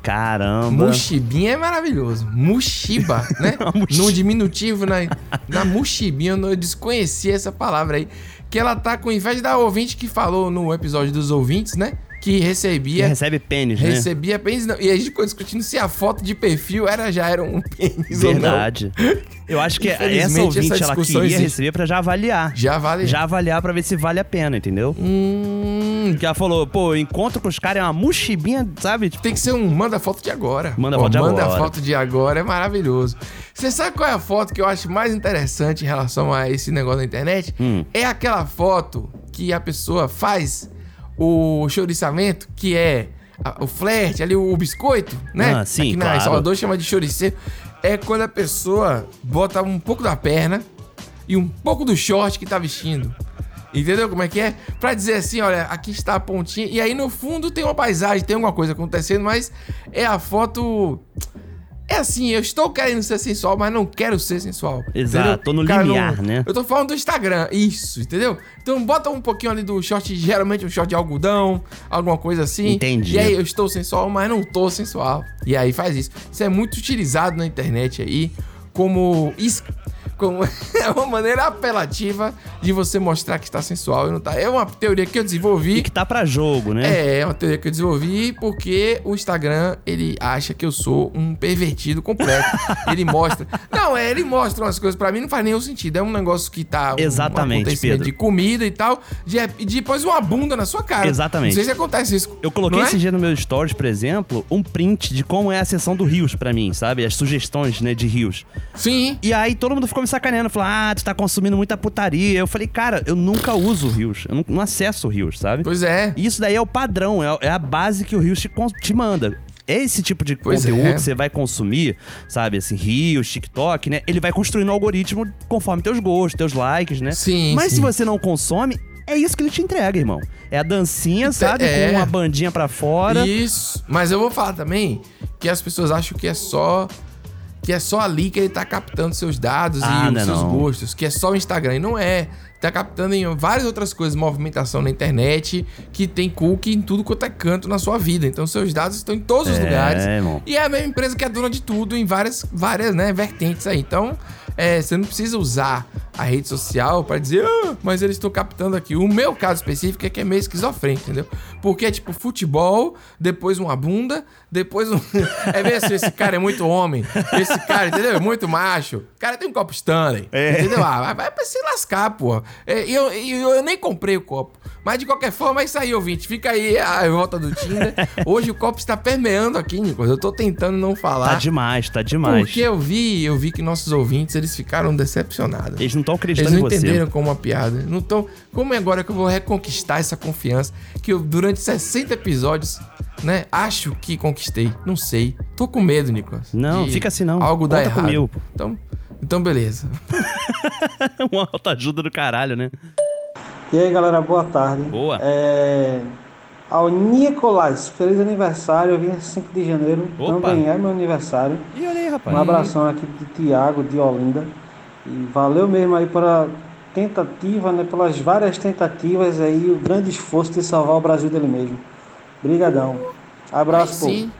C: Caramba.
B: Mushibinha é maravilhoso. Mushiba, né?
C: Mushi-
B: no diminutivo, na, na mushibinha, eu não- eu desconhecia essa palavra aí. Que ela tá com inveja da ouvinte que falou no episódio dos ouvintes, né? Que
C: Que
B: recebia.
C: recebe pênis, né?
B: Recebia pênis. não. E a gente ficou discutindo se a foto de perfil era, já era um pênis ou não.
C: Verdade. Eu acho que essa
B: Infelizmente,
C: ouvinte,
B: essa
C: ela
B: discussão
C: queria
B: existe.
C: receber pra já avaliar.
B: Já vale.
C: Já avaliar pra ver se vale a pena, entendeu?
B: Hum,
C: Que ela falou, pô, encontro com os caras é uma mochibinha, sabe? tipo,
B: Tem que ser um manda foto de agora.
C: Manda foto de
B: Manda
C: agora.
B: foto de agora, é maravilhoso. Você sabe qual é a foto que eu acho mais interessante em relação a esse negócio da internet?
C: Hum.
B: É aquela foto que a pessoa faz o chouriçamento, que é a- o flerte, ali o, o biscoito, né?
C: Ah, sim,
B: Aqui na
C: claro.
B: Salvador chama de chouriceiro. É quando a pessoa bota um pouco da perna e um pouco do short que tá vestindo. Entendeu como é que é? Pra dizer assim, olha, aqui está a pontinha. E aí no fundo tem uma paisagem, tem alguma coisa acontecendo, mas é a foto. É assim, eu estou querendo ser sensual, mas não quero ser sensual.
C: Exato,
B: entendeu?
C: tô no
B: O cara
C: limiar, né?
B: Eu tô falando do Instagram, isso, entendeu? Então bota um pouquinho ali do short, geralmente um short de algodão, alguma coisa assim.
C: Entendi.
B: E aí eu estou sensual, mas não tô sensual. E aí faz isso. Isso é muito utilizado na internet aí como is- como é uma maneira apelativa de você mostrar que está sensual e não tá. É uma teoria que eu desenvolvi.
C: E que tá pra jogo, né?
B: É, é uma teoria que eu desenvolvi porque o Instagram, ele acha que eu sou um pervertido completo. ele mostra. Não, é, ele mostra umas coisas pra mim, não faz nenhum sentido. É um negócio que tá um
C: Exatamente,
B: acontecimento
C: Pedro.
B: de comida e tal, de, e depois uma bunda na sua cara.
C: Exatamente.
B: Não sei se acontece isso.
C: Eu coloquei
B: não é?
C: esse dia no meu stories, por exemplo, um print de como é a sessão do Rios pra mim, sabe? As sugestões, né, de Rios.
B: Sim.
C: E aí todo mundo ficou me sacaneando, falou: "Ah, tu tá consumindo muita putaria". Eu falei: "Cara, eu nunca uso o Rios. Eu não, não acesso o Rios, sabe?"
B: Pois é.
C: E Isso daí é o padrão, é, é a base que o Rios te, con- te manda. Esse tipo de
B: Pois
C: conteúdo
B: é.
C: que você vai consumir, sabe, assim, Rios, TikTok, né? Ele vai construindo um algoritmo conforme teus gostos, teus likes, né?
B: Sim,
C: Mas se
B: sim.
C: você não consome, é isso que ele te entrega, irmão. É a dancinha, sabe,
B: é.
C: com uma bandinha pra fora.
B: Isso. Mas eu vou falar também que as pessoas acham que é só que é só ali que ele tá captando seus dados
C: Ah,
B: e
C: não é
B: os seus
C: não.
B: gostos, que é só o Instagram e não é. Tá captando em várias outras coisas, movimentação na internet, que tem cookie em tudo quanto é canto na sua vida. Então seus dados estão em todos os
C: É,
B: lugares.
C: irmão.
B: E é a mesma empresa que é dona de tudo em várias, várias né, vertentes aí. Então, é, você não precisa usar a rede social pra dizer, ah, mas eles estão captando aqui. O meu caso específico é que é meio esquizofrênico, entendeu? Porque é tipo futebol, depois uma bunda, depois um. é meio assim, esse cara é muito homem. Esse cara, entendeu? É muito macho. O cara tem um copo Stanley. Entendeu? Ah, vai, vai pra se lascar, porra. É, e eu, e eu, eu nem comprei o copo. Mas de qualquer forma, é isso aí, ouvinte. Fica aí a volta do Tinder. Hoje o copo está permeando aqui, Nicolas. Eu tô tentando não falar.
C: Tá demais, tá demais.
B: Porque eu vi, eu vi que nossos ouvintes, eles ficaram decepcionados.
C: Eles não estão
B: Eles
C: acreditando
B: não
C: em você.
B: entenderam como uma piada. Não tão... Como é agora que eu vou reconquistar essa confiança que eu, durante 60 episódios, né, acho que conquistei. Não sei. Tô com medo, Nicolas.
C: Não,
B: de
C: fica assim não.
B: Algo dá
C: Conta
B: errado.
C: comigo, pô.
B: Então, então, beleza.
C: uma autoajuda do caralho, né?
D: E aí galera, boa tarde.
C: Boa.
D: É... Ao Nicolás, feliz aniversário, eu vim 5 de janeiro,
C: Opa.
D: também é meu aniversário.
C: E olha aí, rapaz.
D: Um abração aqui de Tiago, de Olinda. E valeu mesmo aí pela tentativa, né, pelas várias tentativas aí, o grande esforço de salvar o Brasil dele mesmo. Brigadão. Abraço, povo.
B: Sim.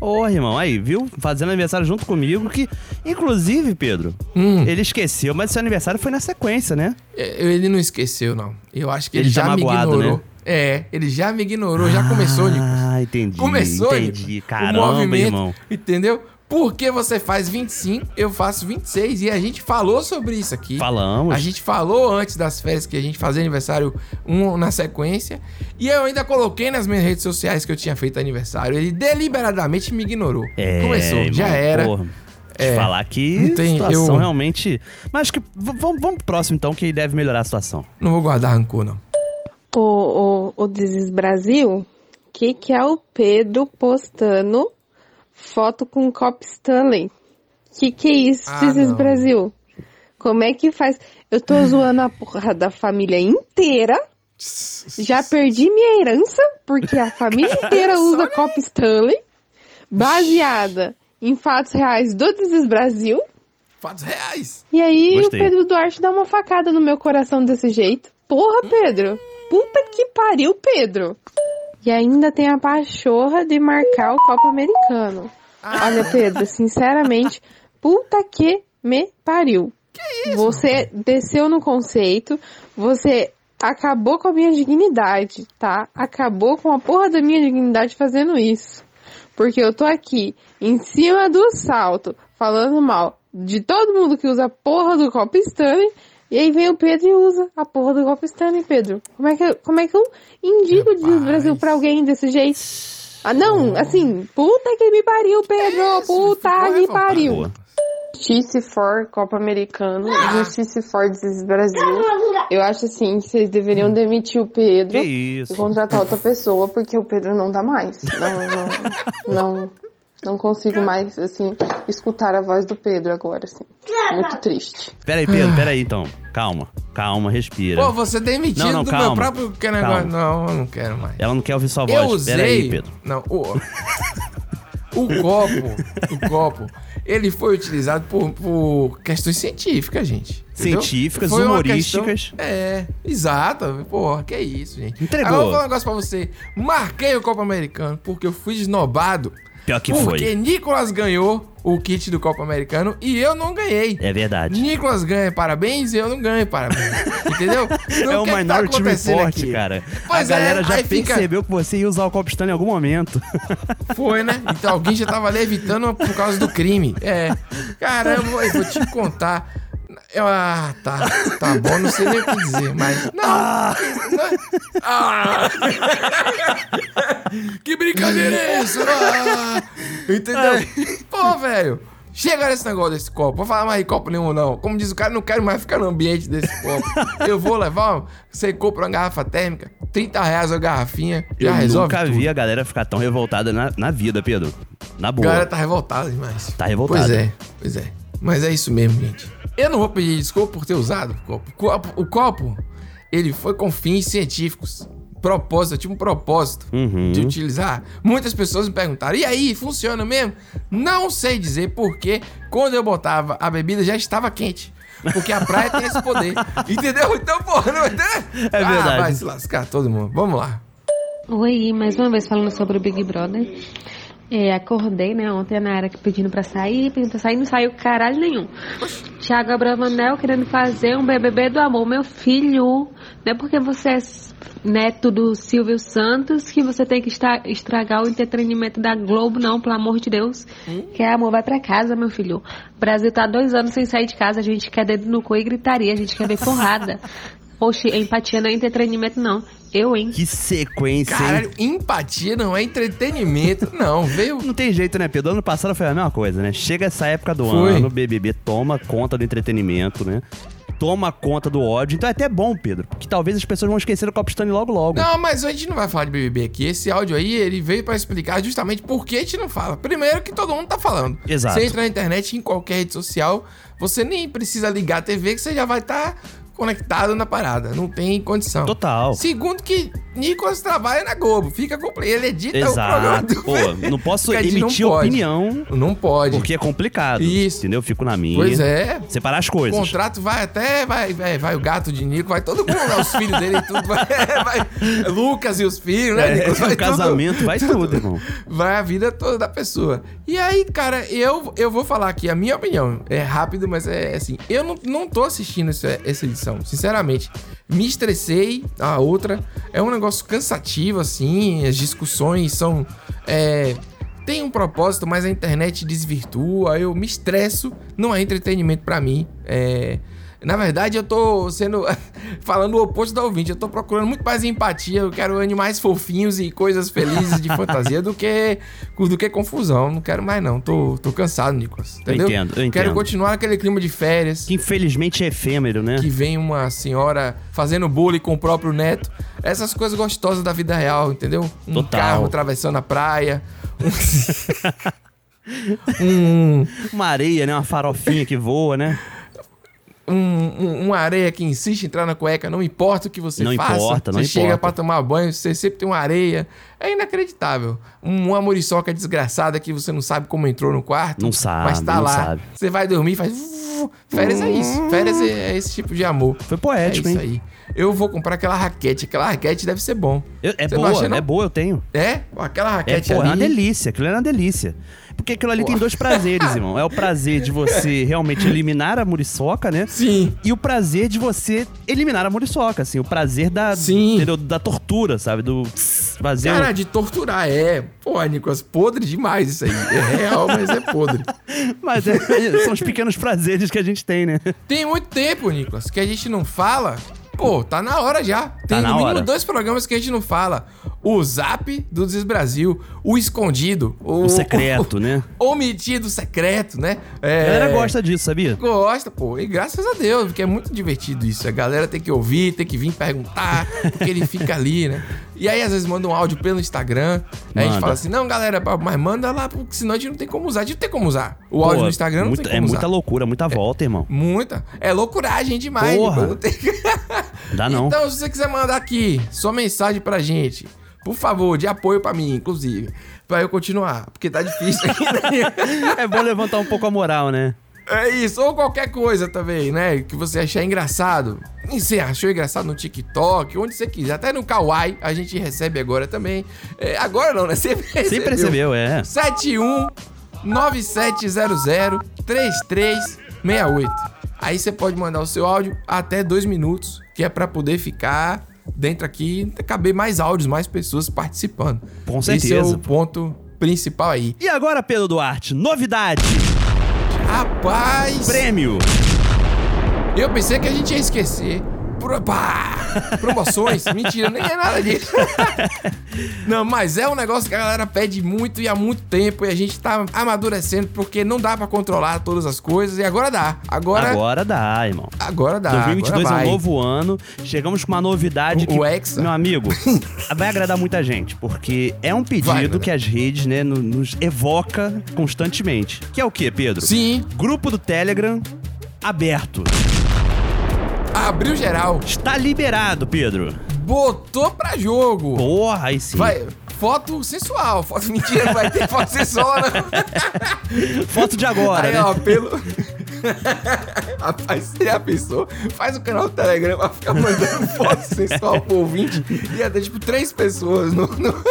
C: Ô, irmão, aí, viu? Fazendo aniversário junto comigo, que, inclusive, Pedro,
B: Hum.
C: ele esqueceu, mas seu aniversário foi na sequência, né?
B: É, Ele não esqueceu, não. Eu acho que ele,
C: Ele tá
B: já me
C: magoado,
B: ignorou.
C: né?
B: É, ele já me ignorou, já começou, Nicolas.
C: Ah, entendi.
B: Começou,
C: entendi.
B: Nicolas,
C: Caramba,
B: o movimento,
C: irmão.
B: Entendeu? Porque você faz 25, eu faço 26 e a gente falou sobre isso aqui.
C: Falamos.
B: A gente falou antes das férias que a gente fazia aniversário um na sequência. E eu ainda coloquei nas minhas redes sociais que eu tinha feito aniversário. Ele deliberadamente me ignorou.
C: É,
B: Começou, já
C: irmão,
B: era.
C: porra. Te
B: É.
C: falar que
B: Não tem-
C: situação
B: eu-
C: realmente. Mas acho que v- vamos, vamos pro próximo então, que deve melhorar a situação.
B: Não vou guardar rancor, não.
J: o, o, o This is Brasil, que que é o Pedro postando foto com o Cop Stanley? Que que é isso,
L: Ah,
J: This is
L: não.
J: Brasil? Como é que faz? Eu tô zoando a porra da família inteira. Já perdi minha herança, porque a família inteira
L: né?
J: usa Cop Stanley, baseada em fatos reais do This is Brasil.
B: Fatos reais?
J: E aí
B: Gostei.
J: o Pedro Duarte dá uma facada no meu coração desse jeito. Porra, Pedro! Puta que pariu, Pedro! E ainda tem a pachorra de marcar o Copa Americano. Olha, Pedro, sinceramente, puta que me pariu. Que isso? Você desceu no conceito, você acabou com a minha dignidade, tá? Acabou com a porra da minha dignidade fazendo isso. Porque eu tô aqui, em cima do salto, falando mal de todo mundo que usa a porra do copo Stanley. E aí vem o Pedro e usa a porra do copo Stanley, Pedro. Como é que eu, como é que eu indico o Brasil pra alguém desse jeito? Ah, não, assim, puta que me pariu, Pedro, puta
B: é,
J: que pariu. Justiça for Copa Americano, Justiça for Desis Brasil. Eu acho assim que vocês deveriam demitir o Pedro
L: Que isso.
J: e contratar outra pessoa, porque o Pedro não dá mais. Não, não, não, não consigo mais, assim, escutar a voz do Pedro agora, assim. Muito triste.
C: Peraí, Pedro, peraí então. Calma, calma, respira.
B: Pô, você demitido
C: Não, não,
B: do
C: calma.
B: meu próprio que negócio.
C: Calma.
B: Não, eu não quero mais.
C: Ela não quer ouvir sua voz.
B: Eu usei.
C: Peraí, Pedro.
B: Não, o, o copo, o copo, ele foi utilizado por, por questões científicas, gente. entendeu?
C: Científicas,
B: Foi uma
C: humorísticas.
B: questão- é, exato. Porra, que isso, gente.
C: Entregou.
B: Agora eu vou falar um negócio pra você. Marquei o Copa Americano porque eu fui esnobado.
C: Pior que
B: porque
C: foi.
B: Nicolas ganhou o kit do Copa Americano e eu não ganhei.
C: É verdade.
B: Nicolas ganha parabéns e eu não ganho parabéns. entendeu?
C: é
B: Então,
C: o
B: que que tá
C: Minority
B: acontecendo
C: Report,
B: aqui?
C: cara.
B: Pois
C: a
B: é,
C: galera já
B: aí fica-
C: percebeu que você ia usar o copo Stanley em algum momento.
B: Foi, né? Então alguém já tava levitando por causa do crime. É. Caramba, eu vou te contar. Eu- ah, tá. Tá bom, não sei nem o que dizer, mas. Não! não- Ah. que brincadeira é isso? Ah. Entendeu? Pô, velho. Chega nesse negócio desse copo. Vou falar mais de copo nenhum, não. Como diz o cara, não quero mais ficar no ambiente desse copo. Eu vou levar. Você compra uma garrafa térmica, 30 reais a garrafinha, já
C: Eu
B: resolve.
C: nunca
B: tudo.
C: vi a galera ficar tão revoltada na, na vida, Pedro. Na
B: A
C: boa.
B: galera tá revoltada demais.
C: Tá revoltada.
B: Pois é, pois é. Mas é isso mesmo, gente. Eu não vou pedir desculpa por ter usado o copo. O copo, o copo, ele foi com fins científicos. Propósito, eu tive um propósito de utilizar. Muitas pessoas me perguntaram, e aí, funciona mesmo? Não sei dizer porque quando eu botava, a bebida já estava quente. Porque a praia tem esse poder. Entendeu? Então, porra, não é? Ah,
M: verdade.
B: vai se lascar todo mundo. Vamos lá.
M: Oi, mais uma vez falando sobre o Big Brother. É, acordei, né, ontem a Nayara aqui pedindo pra sair, pedindo pra sair, não saiu caralho nenhum. Thiago Abravanel querendo fazer um BBB do amor, meu filho. Não é porque você é s- neto do Silvio Santos que você tem que estra- estragar o entretenimento da Globo, não, pelo amor de Deus. Quer amor, vai pra casa, meu filho. O Brasil tá dois anos sem sair de casa, a gente quer dedo no cu e gritaria, a gente quer ver porrada. Oxe, empatia não é entretenimento, não. Eu, hein?
C: Que sequência,
B: Caralho,
C: hein?
B: empatia não é entretenimento, não, veio.
C: Não tem jeito, né, Pedro? Ano passado foi a mesma coisa, né? Chega essa época do
B: Foi.
C: ano, o BBB toma conta do entretenimento, né? Toma conta do ódio. Então é até bom, Pedro, porque talvez as pessoas vão esquecer o copo Stanley logo logo.
B: Não, mas a gente não vai falar de BBB aqui. Esse áudio aí, ele veio pra explicar justamente por que a gente não fala. Primeiro que todo mundo tá falando.
C: Exato.
B: Você entra na internet, em qualquer rede social, você nem precisa ligar a TV que você já vai estar conectado na parada. Não tem condição.
C: Total.
B: Segundo que Nicolas trabalha na Globo. Fica compl- Ele edita
C: é
B: o programa.
C: Exato.
B: do-
C: Pô, não posso
B: Que a gente não
C: emitir
B: pode.
C: opinião.
B: Não pode.
C: Porque é complicado.
B: Isso.
C: Entendeu? Eu Fico na minha.
B: Pois é.
C: Separar as
B: O
C: coisas.
B: contrato vai até. Vai, vai, vai o gato de Nico, vai todo mundo lá, os filhos dele e tudo. Vai, vai- Lucas e os filhos, né,
C: É,
B: Nicolas? Vai
C: o casamento, vai tudo, irmão.
B: Vai a vida toda da pessoa. E aí, cara, é eu, eu vou falar aqui a minha opinião. É rápido, mas é assim. Eu não, não tô assistindo esse- essa edição. questão, sinceramente. Me estressei, a outra. É um negócio cansativo, assim. As discussões são. É, tem um propósito, mas a internet desvirtua. Eu me estresso, não é entretenimento pra mim. É, na verdade, eu tô sendo. falando o oposto da ouvinte. Eu tô procurando muito mais empatia. Eu quero animais fofinhos e coisas felizes de fantasia do que, do que confusão. Não quero mais, não. Tô, tô cansado, Nicolas. Entendeu?
C: Eu entendo, eu
B: Quero
C: entendo.
B: continuar aquele clima de férias.
C: Que infelizmente é efêmero, né?
B: Que vem uma senhora fazendo bullying com o próprio neto. Essas coisas gostosas da vida real, entendeu? Um
C: Total.
B: carro atravessando a praia.
C: Uma areia, né? Uma farofinha que voa, né?
B: um, um- uma areia que insiste em entrar na cueca, não importa o que você
C: Não
B: faça.
C: importa, não
B: você chega
C: importa.
B: pra tomar banho, você sempre tem uma areia. É inacreditável. Um- Uma muriçoca desgraçada que você não sabe como entrou no quarto.
C: Não sabe,
B: Mas tá
C: não
B: lá.
C: sabe. Hum.
B: Você vai dormir e faz. vuv. Férias é isso. Férias é, é esse tipo de amor. Foi
C: poético,
B: é isso
C: hein?
B: aí. Eu vou comprar aquela raquete. Aquela raquete deve ser bom.
C: Eu- é
B: Você não
C: boa,
B: acha, não?
C: é boa, eu tenho.
B: É? Aquela
C: É,
B: raquete
C: pô, é
B: ali.
C: uma delícia, aquilo é uma delícia. Porque aquilo ali tem dois prazeres, irmão. É o prazer de você realmente eliminar a muriçoca, né?
B: Sim.
C: E o prazer de você eliminar a muriçoca, assim. O prazer da, entendeu? da tortura, sabe? Do tss, fazer um-
B: Cara, de torturar, é. Pô, Nicolas, podre demais isso aí. É real, mas é podre.
C: Mas é- são os pequenos prazeres que a gente tem, né?
B: Tem muito tempo, Nicolas, que a gente não fala. Pô, tá na hora já. Tem
C: na
B: no mínimo
C: hora.
B: dois programas que a gente não fala. O Zap do Desbrasil, o Escondido. O,
C: O secreto, né?
B: Omitido secreto, né?
C: A
B: É,
C: galera gosta disso, sabia?
B: Gosta, pô. E graças a Deus, porque é muito divertido isso. A galera tem que ouvir, tem que vir perguntar, porque ele fica ali, né? E aí, às vezes, manda um áudio pelo Instagram. Aí a gente
C: Manda.
B: fala assim, não, galera, mas manda lá, porque senão a gente não tem como usar. A gente não tem como usar. O áudio
C: Pô,
B: no Instagram não
C: muita-
B: tem como
C: É
B: usar.
C: muita loucura, muita volta, irmão.
B: Muita. É loucuragem demais.
C: Porra.
B: Nicolas. Não tem-
C: Dá não.
B: Então, se você quiser mandar aqui sua mensagem pra gente, por favor, de apoio pra mim, inclusive, pra eu continuar, porque tá difícil aqui. Né?
C: é bom levantar um pouco a moral, né?
B: É isso, ou qualquer coisa também, né? Que você achar engraçado. E você achou engraçado no TikTok, onde você quiser. Até no Kawaii a gente recebe agora também. É, agora não, né? Sempre recebeu.
C: Sempre recebeu, é.
B: 71 9700 3368. Aí você pode mandar o seu áudio até dois minutos, que é pra poder ficar dentro aqui e caber mais áudios, mais pessoas participando.
C: Com
B: Esse é
C: certeza.
B: o ponto principal aí.
C: E agora, Pedro Duarte, novidade!
B: Rapaz!
C: Prêmio!
B: Eu pensei que a gente ia esquecer. Pro... pá! Promoções, mentira, nem é nada disso. não, mas é um negócio que a galera pede muito e há muito tempo e a gente tá amadurecendo porque não dá pra controlar todas as coisas e agora dá. Agora, agora,
C: Agora dá, irmão.
B: dá.
C: 2022
B: Ah, agora
C: é
B: vai.
C: um novo ano. Chegamos com uma novidade que,
B: o Hexa.
C: meu amigo, vai agradar muita gente, porque é um pedido que as redes, né, no- nos evoca constantemente. Que é o quê, Pedro?
B: Sim.
C: Grupo do Telegram aberto.
B: Abriu geral.
C: Está liberado, Pedro.
B: Botou pra jogo.
C: Porra, aí sim.
B: Vai, foto sensual, foto mentira, não vai ter foto sensual, né? não.
C: Foto de agora,
B: Aí,
C: né?
B: ó, pelo... Rapaz, você já pensou? Faz o canal do Telegram pra ficar mandando foto sensual pro ouvinte. Ia ter, tipo, três pessoas no... no-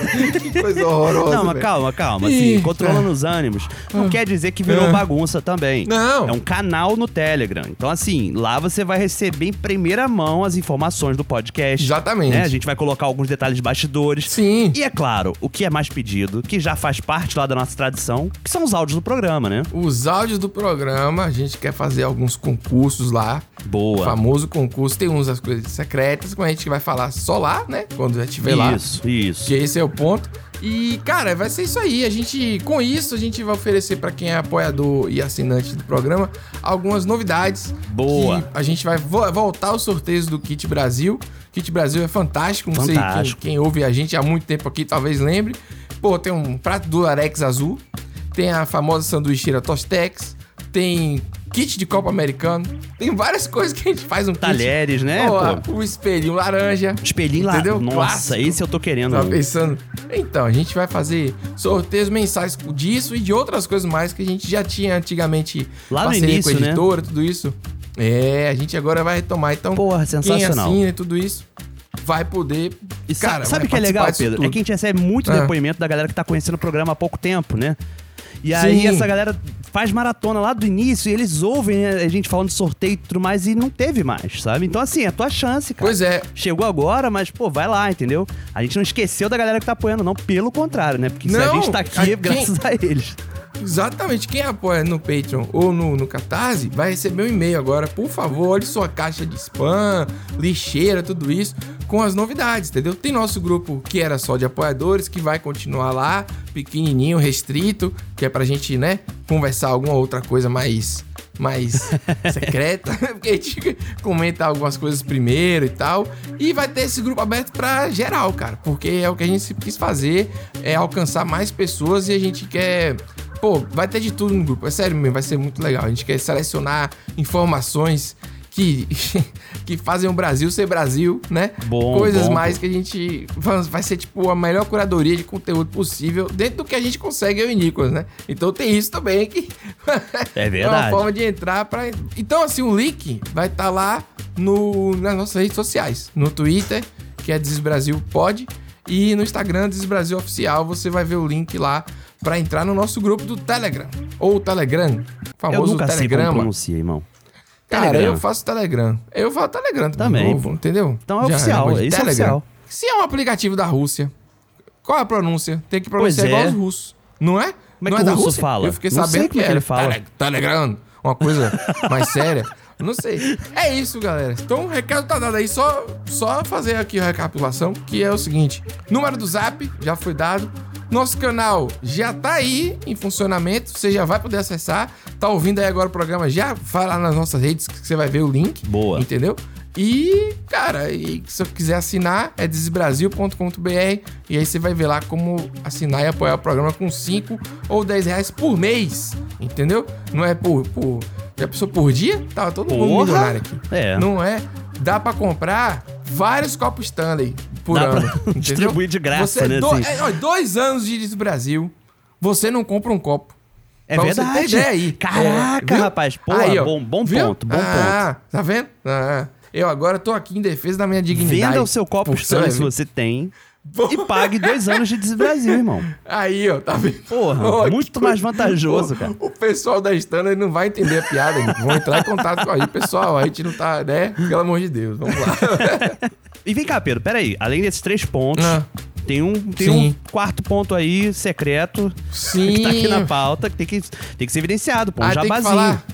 B: que coisa horrorosa,
C: Não, mas
B: velho.
C: calma, calma. Assim,
B: Eita.
C: controlando os ânimos, não
B: Ah.
C: quer dizer que virou
B: Ah.
C: bagunça também.
B: Não.
C: É um canal no Telegram. Então, assim, lá você vai receber em primeira mão as informações do podcast.
B: Exatamente.
C: né? A gente vai colocar alguns detalhes de bastidores.
B: Sim.
C: E é claro, o que é mais pedido, que já faz parte lá da nossa tradição, que são os áudios do programa, né?
B: Os áudios do programa, a gente quer fazer alguns concursos lá.
C: Boa.
B: O famoso concurso. Tem uns das coisas secretas, com a gente que vai falar só lá, né? Quando já estiver lá.
C: Isso, isso.
B: Que esse é o ponto. E, cara, vai ser isso aí. A gente, com isso, a gente vai oferecer pra quem é apoiador e assinante do programa algumas novidades.
C: Boa.
B: Que A gente vai vo- voltar os sorteios do Kit Brasil. Kit Brasil é fantástico, não sei
C: Fantástico.
B: quem, quem ouve a gente há muito tempo aqui talvez lembre. Pô, tem um prato do Arex azul, tem a famosa sanduicheira Tostex, tem kit de Copa Americano, tem várias coisas que a gente faz um kit.
C: Talheres, né,
B: Ó, a-
C: pô?
B: O espelhinho laranja.
C: Espelhinho lá.
B: entendeu?
C: Nossa,
B: Clássico.
C: esse eu tô querendo. um.
B: Tava pensando. Então, a gente vai fazer sorteios mensais disso e de outras coisas mais que a gente já tinha antigamente
C: Lá no
B: parceria
C: início,
B: com a
C: né?
B: editora, tudo isso. É, a gente agora vai retomar. Então,
C: Porra, sensacional.
B: quem assina e tudo isso vai poder.
C: E sa-
B: cara, vai
C: sabe o que é legal,
B: participar disso
C: Pedro? É
B: tudo.
C: que a gente recebe muito
B: Ah.
C: depoimento da galera que tá conhecendo o programa há pouco tempo, né? E aí
L: Sim.
C: essa galera faz maratona lá do início e eles ouvem né, a gente falando de sorteio e tudo mais e não teve mais, sabe? Então, assim, é a tua chance, cara. Pois
B: é.
C: Chegou agora, mas, pô, vai lá, entendeu? A gente não esqueceu da galera que tá apoiando, não. Pelo contrário, né? Porque se a
B: Não,
C: gente tá aqui
B: a-
C: é graças
B: quem-
C: a eles.
B: Exatamente. Quem apoia no Patreon ou no, no Catarse vai receber um e-mail agora. Por favor, olhe sua caixa de spam, lixeira, tudo isso, com as novidades, entendeu? Tem nosso grupo que era só de apoiadores, que vai continuar lá, pequenininho, restrito, que é pra gente, né, conversar alguma outra coisa mais. Mais secreta, porque a gente comenta algumas coisas primeiro e tal. E vai ter esse grupo aberto pra geral, cara, porque é o que a gente quis fazer, é alcançar mais pessoas e a gente quer Pô, vai ter de tudo no grupo. É sério mesmo, vai ser muito legal. A gente quer selecionar informações que, que fazem o Brasil ser Brasil, né?
C: Bom,
B: Coisas
C: bom,
B: mais que a gente. va- Vai ser tipo a melhor curadoria de conteúdo possível dentro do que a gente consegue, eu e Nicolas, né? Então tem isso também que
C: É
B: é uma forma de entrar pra. Então, assim, o link vai estar lá no, nas nossas redes sociais. No Twitter, que é Desbrasil Pod, e no Instagram, Desbrasil Oficial, você vai ver o link lá pra entrar no nosso grupo do Telegram. Ou Telegram. O famoso
C: Eu nunca sei como
B: Telegrama.
C: pronuncia, irmão.
B: Cara,
C: Telegram.
B: eu faço Telegram. Eu falo Telegram também.
C: Também,
B: novo,
C: pô.
B: entendeu?
C: Então é oficial,
B: negócio de
C: isso é oficial.
B: Se é um aplicativo da Rússia, qual é a pronúncia? Tem que
C: Pois
B: pronunciar igual
C: é.
B: os russos. Não é?
C: Como é
B: não
C: que
B: é
C: o
B: da
C: russo
B: Rússia?
C: fala?
B: Eu fiquei
C: Não sei
B: sabendo
C: como é que
B: era
C: ele fala.
B: Tele- Telegram, tá uma coisa mais séria. Eu Não sei. É isso, galera. Então o recado tá dado aí. Só, só fazer aqui a recapitulação, que é o seguinte: número do zap já foi dado. Nosso canal já tá aí em funcionamento. Você já vai poder acessar. Tá ouvindo aí agora o programa? Já vai lá nas nossas redes que você vai ver o link. Boa. Entendeu? E, cara, e se você quiser assinar, é desbrasil.com.br e aí você vai ver lá como assinar e apoiar o programa com 5 ou 10 reais por mês, entendeu? Não é por... por já pensou por dia? Tava todo mundo
C: Porra!
B: milionário aqui.
C: É.
B: Não é? Dá pra comprar vários copos Stanley por
C: Dá pra
B: ano, entendeu?
C: distribuir de graça,
B: Você-
C: né,
B: do-
C: assim?
B: é, ó, dois anos de Desbrasil, você não compra um copo.
C: É
B: Pra
C: verdade.
B: Você ter ideia aí. É,
C: Caraca,
B: viu?
C: rapaz. Porra,
B: Aí, ó.
C: bom- bom
B: Viu?
C: ponto, bom
B: Ah, Tá vendo? Ah, eu agora tô aqui em defesa da minha dignidade.
C: Venda o seu copo
B: Por
C: Stanley
B: sangue.
C: se você tem e pague dois anos de Desbrasil, irmão.
B: Aí, ó, tá vendo?
C: Porra, muito
B: que-
C: mais vantajoso,
B: o-
C: cara.
B: O pessoal da Stanley não vai entender a piada. hein? Vão entrar em contato com a gente. Pessoal, a gente não tá, né? Pelo amor de Deus, vamos lá.
C: E vem cá, Pedro, peraí. Além desses três pontos, tem, um, tem um
B: Ah, Sim.
C: quarto ponto aí, secreto, que
B: Sim.
C: tá aqui na pauta, que tem que, tem que ser evidenciado, pô. Um
B: Ah, tem que
C: jabazinho.
B: falar?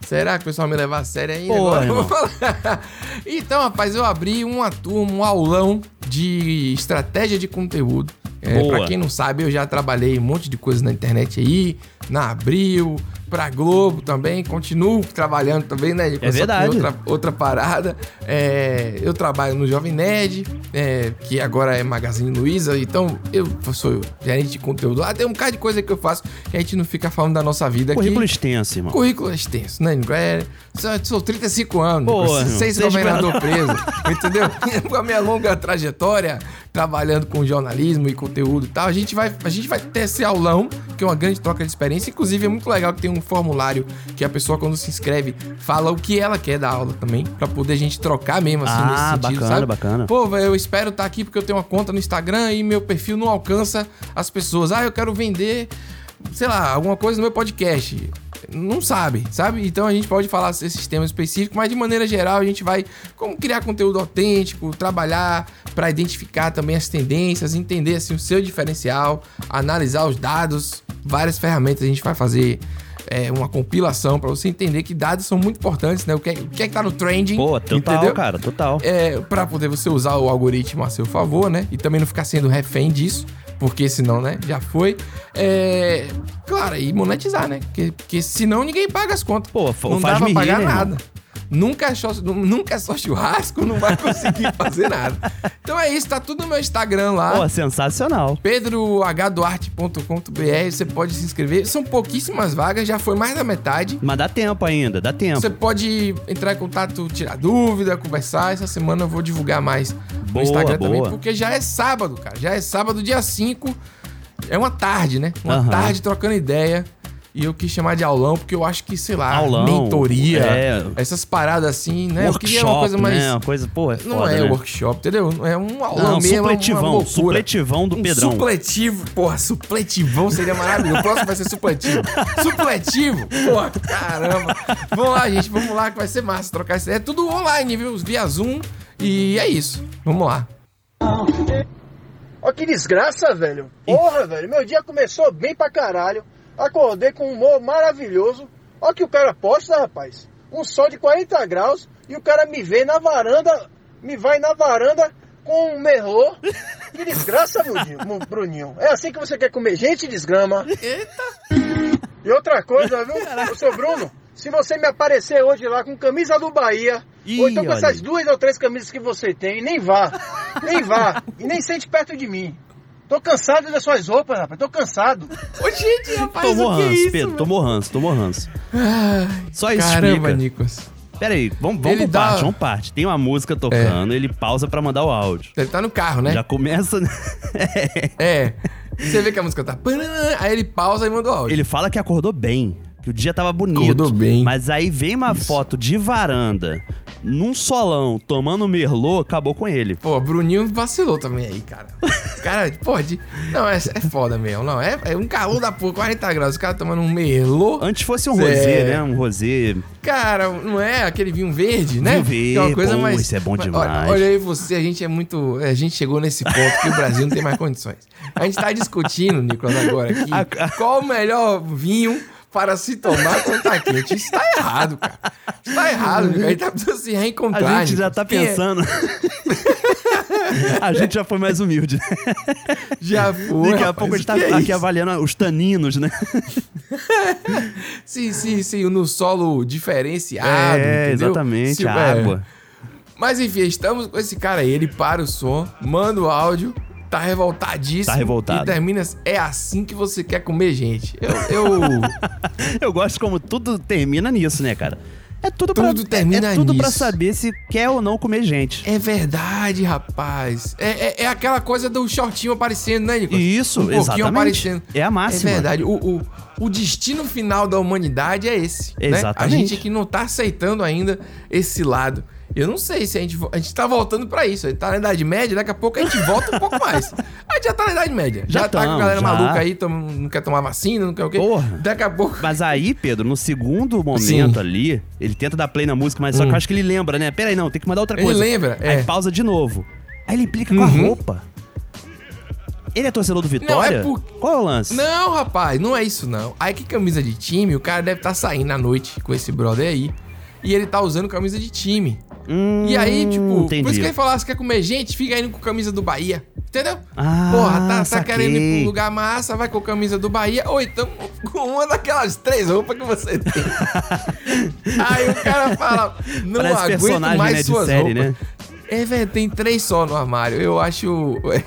B: Será que o pessoal vai me levar a sério ainda?
C: Pô,
B: Agora eu vou
C: irmão.
B: falar. Então, rapaz, eu abri uma turma, um aulão de estratégia de conteúdo. É,
C: Boa.
B: pra quem não sabe, eu já trabalhei um monte de coisa na internet aí, na Abril, pra Globo também, continuo trabalhando também, né? Só que em
C: É verdade.
B: Outra, outra parada. É, eu trabalho no Jovem Nerd, é, que agora é Magazine Luiza, então eu sou gerente de conteúdo lá. Tem um bocado de coisa que eu faço que a gente não fica falando da nossa vida aqui.
C: Currículo extenso, irmão.
B: Currículo extenso, né? Nico? É, sou, sou 35 anos,
C: Pô,
B: Nico, seis
C: desde
B: governador
C: quando-
B: preso, entendeu? Com a minha longa trajetória trabalhando com jornalismo e conteúdo e tal, a gente vai, a gente vai ter esse aulão, que é uma grande troca de experiência. Inclusive, é muito legal que tem um formulário que a pessoa, quando se inscreve, fala o que ela quer da aula também, pra poder a gente trocar mesmo, assim,
C: Ah,
B: nesse sentido,
C: bacana,
B: sabe?
C: bacana.
B: Pô, velho, eu espero estar aqui porque eu tenho uma conta no Instagram e meu perfil não alcança as pessoas. Ah, eu quero vender sei lá, alguma coisa no meu podcast. Não sabe, sabe? Então a gente pode falar esses temas específicos, mas de maneira geral a gente vai como criar conteúdo autêntico, trabalhar para identificar também as tendências, entender assim, o seu diferencial, analisar os dados, várias ferramentas a gente vai fazer é, uma compilação para você entender que dados são muito importantes, né? O que é, o que, é que tá no trending?
C: Pô, total,
B: entendeu?
C: cara, total.
B: É, para poder você usar o algoritmo a seu favor, né? E também não ficar sendo refém disso, porque senão, né? Já foi. É, claro, e monetizar, né? Porque, porque senão ninguém paga as contas. Pô, não
C: faz
B: dá pra
C: me
B: pagar
C: rir, né,
B: nada.
C: irmão?
B: Nunca é, só, nunca é só churrasco, não vai conseguir fazer nada. Então é isso, tá tudo no meu Instagram lá
C: Pô, sensacional.
B: pedrohduarte.com.br, você pode se inscrever. São pouquíssimas vagas, já foi mais da metade.
C: Mas dá tempo ainda, dá tempo.
B: Você pode entrar em contato, tirar dúvida, conversar. Essa semana eu vou divulgar mais no
C: Boa,
B: Instagram também,
C: boa.
B: porque já é sábado, cara. Já é sábado, dia 5. É uma tarde, né? Uma
C: Aham.
B: tarde trocando ideia. E eu quis chamar de aulão, porque eu acho que, sei lá,
C: Aulão,
B: mentoria,
C: é.
B: essas paradas assim, né? eu queria uma
C: Workshop,
B: coisa mais.
C: né? Uma coisa, pô, é
B: Não
C: foda,
B: é
C: né?
B: workshop, entendeu? É um aulão
C: Não,
B: mesmo. é uma
C: supletivão,
B: loucura.
C: supletivão do
B: um
C: Pedrão.
B: Supletivo, porra, supletivão seria maravilhoso. O próximo vai ser supletivo. Supletivo? Porra, caramba. Vamos lá, gente, vamos lá que vai ser massa trocar essa ideia. É tudo online, viu? Via Zoom. E é isso. Vamos lá.
H: Ó, que desgraça, velho. Porra, velho. Meu dia começou bem pra caralho. Acordei com um humor maravilhoso. Ó, que o cara posta, rapaz. Um sol de 40 graus e o cara me vê na varanda. Me vai na varanda com um merlô. Que desgraça, Bruninho. Mu- Bruninho. É assim que você quer comer gente, desgrama. E outra coisa, viu, eu sou Bruno? Se você me aparecer hoje lá com camisa do Bahia, ou então com
L: olha
H: essas
L: aí.
H: duas ou três camisas que você tem, nem vá. Nem vá. E nem sente perto de mim. Tô cansado das suas roupas, rapaz. Tô cansado.
B: Ô, gente, rapaz, é
C: Tomou ranço, Pedro. Tomou ranço, tomou ranço. Só isso
B: Caramba,
C: explica.
B: Nicolas.
C: Pera aí, vamos, vamos
B: Ele
C: por
B: dá-
C: parte, vamos por parte. Tem uma música tocando, ele pausa pra mandar o áudio.
B: Ele tá no carro, né?
C: Já começa...
B: é. Você vê que a música tá... Aí ele pausa e manda o áudio.
C: Ele fala que acordou bem, que o dia tava bonito.
B: Acordou bem.
C: Mas aí vem uma foto de varanda, num solão, tomando merlot, acabou com ele.
B: Pô, Bruninho vacilou também aí, cara. Cara, pode. Não, é, é foda mesmo. Não, é, é um calor da porra, 40 graus. O cara tomando um merlot.
C: Antes fosse um
B: é
C: rosé, né? Um rosé...
B: Cara, não é aquele vinho verde, né?
C: Vinho verde,
B: Que
C: bom, isso é bom
B: mas
C: demais.
B: Olha, olha aí você, a gente é muito. A gente chegou nesse ponto que o Brasil não tem mais condições. A gente tá discutindo, Nicolas, agora aqui, qual o melhor vinho para se tomar quando tá quente. Isso tá errado, cara. Isso tá errado, Nicolas. A gente tá precisando se
C: A
B: reencontrar.
C: gente já
B: Nicolas.
C: tá
B: Quem é?
C: pensando... a gente já foi mais humilde. né?
B: Já foi.
C: Daqui a
B: rapaz,
C: pouco a gente tá
B: que é
C: aqui
B: isso?
C: avaliando os taninos, né?
B: Sim, sim, sim, no solo diferenciado.
C: É,
B: Ah, entendeu?
C: exatamente,
B: Se-
C: a
B: é.
C: água.
B: Mas enfim, estamos com esse cara aí, ele para o som, manda o áudio, tá revoltadíssimo.
C: Tá revoltado.
B: E termina assim, é assim que você quer comer gente. Eu, eu
C: Eu gosto como tudo termina nisso, né, cara? É tudo,
B: Tudo
C: pra,
B: termina
C: é, é tudo pra
B: nisso.
C: saber se quer ou não comer gente.
B: É verdade, rapaz. É, é, é aquela coisa do shortinho aparecendo, né, Nicolas?
C: Isso,
B: um pouquinho
C: exatamente.
B: aparecendo.
C: É a máxima.
B: É verdade. O, o, o destino final da humanidade é esse. né? A
C: Exatamente.
B: gente aqui não tá aceitando ainda esse lado. Eu não sei se a gente. vo- A gente tá voltando pra isso. A gente tá na Idade Média, daqui a pouco a gente volta um pouco mais. A gente já tá na Idade Média.
C: Já
B: tá com a
C: tamo,
B: galera
C: já.
B: maluca aí, tom- não quer tomar vacina, não quer o quê.
C: Porra.
B: Daqui a pouco.
C: Mas aí, Pedro, no segundo momento
B: Sim.
C: ali, ele tenta dar play na música, mas só que
B: Hum.
C: eu acho que ele lembra, né? Pera aí, não, tem que mandar outra
B: Ele
C: coisa.
B: lembra, é.
C: Aí pausa de novo. Aí ele implica com a
B: Uhum.
C: roupa. Ele é torcedor do
B: Não,
C: Vitória?
B: é por...
C: Qual é o lance?
B: Não, rapaz, não é isso não. Aí que camisa de time, o cara deve estar saindo à noite com esse brother aí. E ele tá usando camisa de time. e aí, tipo, por
C: Hum, entendi.
B: isso que ele falasse quer comer gente, fica indo com camisa do Bahia. Entendeu?
C: Ah,
B: Porra, tá, tá
C: saquei.
B: querendo ir pra um lugar massa, vai com camisa do Bahia, ou então com uma daquelas três roupas que você tem. aí o cara fala, não
C: Parece
B: aguento
C: personagem,
B: mais
C: né, de
B: suas
C: série,
B: roupas.
C: né?
B: É, velho, tem três só no armário. Eu acho.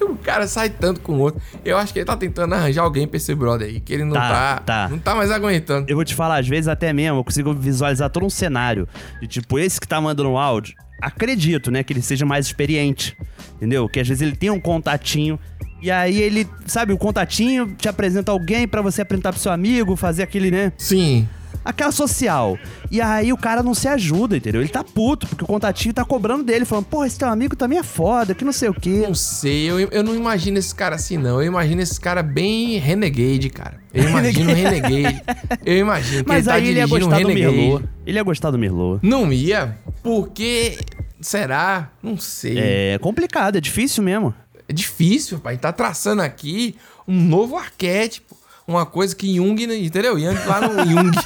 B: o cara sai tanto com o outro. Eu acho que ele tá tentando arranjar alguém pra esse brother aí, que ele não tá. Não tá mais aguentando.
C: Eu vou te falar, às vezes até mesmo, eu consigo visualizar todo um cenário. De tipo, esse que tá mandando um áudio, acredito, né, que ele seja mais experiente. Entendeu? Que às vezes ele tem um contatinho. E aí ele, sabe, o contatinho te apresenta alguém pra você apresentar pro seu amigo, fazer aquele, né?
B: Sim.
C: Aquela social. E aí o cara não se ajuda, entendeu? Ele tá puto, porque o contatinho tá cobrando dele, falando, porra, esse teu amigo também é foda, que não sei o quê.
B: Não sei, eu, eu não imagino esse cara assim, não. Eu imagino esse cara bem renegade, cara. Eu imagino um renegade. Eu imagino que
C: Mas
B: ele tá
C: aí ele ia
B: dirigindo um
C: gostar do
B: renegade.
C: Merlot. Ele ia gostar do Merlot.
B: Não ia, porque. Será? Não sei.
C: É complicado, é difícil mesmo.
B: É difícil, pai. Tá traçando aqui um novo arquétipo. Uma coisa que Jung, né, entendeu? Jung lá no Jung.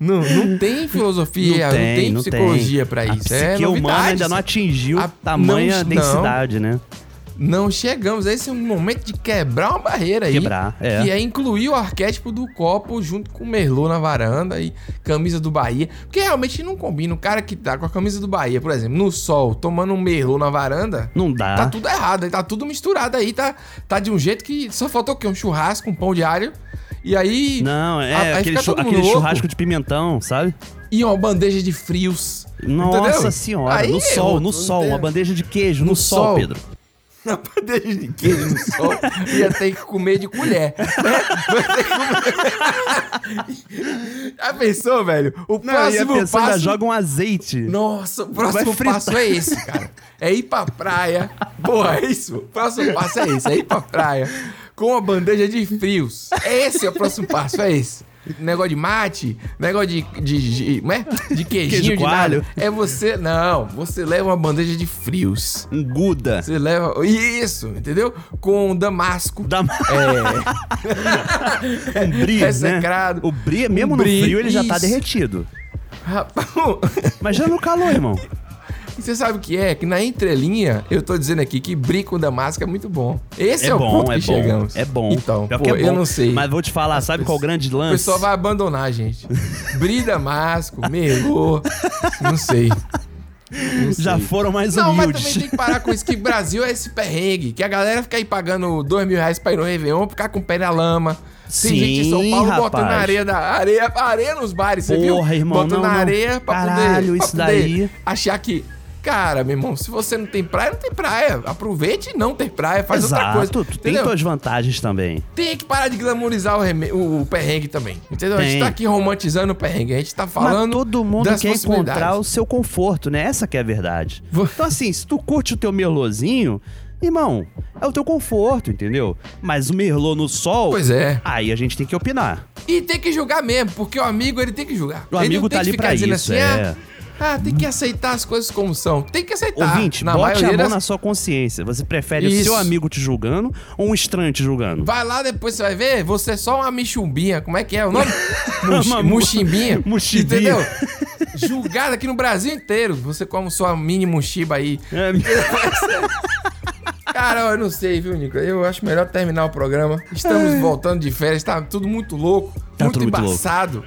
B: Não, não tem filosofia, não tem, psicologia pra
C: A
B: isso. É
C: psique humana
B: novidade,
C: ainda não
B: isso.
C: atingiu
B: A-
C: tamanha
B: não-
C: densidade, né?
B: Não chegamos. Esse é um momento de quebrar uma barreira aí.
C: Quebrar, é.
B: Que é incluir o arquétipo do copo junto com o Merlot na varanda e camisa do Bahia. Porque realmente não combina. O cara que tá com a camisa do Bahia, por exemplo, no sol, tomando um Merlot na varanda.
C: Não dá.
B: Tá tudo errado, aí tá tudo misturado aí, tá, tá de um jeito que só faltou o quê? Um churrasco, um pão de alho. E aí.
C: Não, é
B: a- aí
C: aquele,
B: fica
C: chu-
B: todo mundo
C: aquele
B: louco.
C: churrasco de pimentão, sabe?
B: E uma bandeja de frios.
C: Nossa
B: entendeu?
C: senhora,
B: Aí
C: no sol,
B: eu-
C: no sol,
B: não
C: uma
B: tem-
C: bandeja de queijo, no, sol,
B: sol.
C: Pedro.
B: na bandeja de queijo no sol, ia ter que comer de colher. né? Vai ter que comer. Já pensou, velho? O
C: Não,
B: próximo
C: e a pessoa ainda
B: passo...
C: joga um azeite.
B: Nossa, o
C: Vai
B: próximo
C: fritar.
B: passo é esse, cara. É ir pra praia. Boa, é isso. O próximo passo é esse. É ir pra praia com a bandeja de frios. É esse é o próximo passo, é esse. Negócio de mate, negócio de. de, de, como é? de queijinho
C: Queijo
B: de nada.
C: coalho.
B: É você. Não, você leva uma bandeja de frios.
C: Um Guda.
B: Você leva. Isso, entendeu? Com damasco. Damasco. É.
C: Um brie,
B: Ressecrado.
C: né? O brie, mesmo
B: Um
C: no
B: brie,
C: frio, ele já tá
B: isso.
C: derretido.
B: Rapaz,
C: Imagina no calor, irmão.
B: E você sabe o que é? Que na entrelinha, eu tô dizendo aqui que brie com damasco é muito bom. Esse é, o ponto que chegamos.
C: É bom.
B: Então,
C: Pior
B: pô,
C: que é bom.
B: eu não sei.
C: Mas vou te falar, sabe qual é o grande
B: O
C: lance?
B: pessoal vai abandonar a gente. Brie damasco, melô, não sei.
C: Já foram mais
B: não, mas
C: humildes.
B: também tem que parar com isso, que Brasil é esse perrengue, que a galera fica aí pagando dois mil reais pra ir no Réveillon, ficar com o pé na lama. Tem
C: Sim,
B: gente em São Paulo botando
C: rapaz.
B: areia, da, areia, areia nos bares, você viu?
C: Porra, irmão,
B: Botando
C: não, não.
B: areia pra
C: Caralho,
B: poder, pra
C: isso
B: poder
C: daí.
B: achar que... Cara, meu irmão, se você não tem praia, não tem praia. Aproveite e não ter praia, faz outra coisa.
C: Exato, tu tem
B: entendeu?
C: tuas vantagens também.
B: Tem que parar de glamourizar o, reme- o- o perrengue também. Entendeu? A gente
C: Tem.
B: tá aqui romantizando o perrengue. A gente tá
C: Mas
B: falando.
C: todo mundo
B: das
C: quer
B: possibilidades.
C: encontrar o seu conforto, né? Essa que é a verdade. Então, assim, se tu curte o teu merlozinho, irmão, é o teu conforto, entendeu? Mas o merlot no sol.
B: Pois é.
C: Aí a gente tem que opinar.
B: E tem que julgar mesmo, porque o amigo ele tem que julgar.
C: O
B: ele
C: amigo
B: não tem
C: tá
B: que
C: ali
B: ficar
C: pra
B: dizendo
C: isso,
B: assim,
C: é.
B: ah, ah, tem que aceitar as coisas como são. Tem que aceitar. Ah,
C: Ouvinte,
B: na
C: bote a
B: maioria
C: mão
B: das-
C: na sua consciência. Você prefere o
B: Isso.
C: seu amigo te julgando ou um estranho te julgando?
B: Vai lá depois, você vai ver, você é só uma michumbinha. Como é que é o nome? Muxi-
C: Uma mu-
B: Muximbinha.
C: Muximbinha.
B: Entendeu? Julgada aqui no Brasil inteiro. Você como sua mini muxiba aí. Cara, eu não sei, viu, Nico? Eu acho melhor terminar o programa. Estamos voltando de férias, tá tudo muito louco,
C: Tá
B: muito
C: tudo muito louco.
B: embaçado.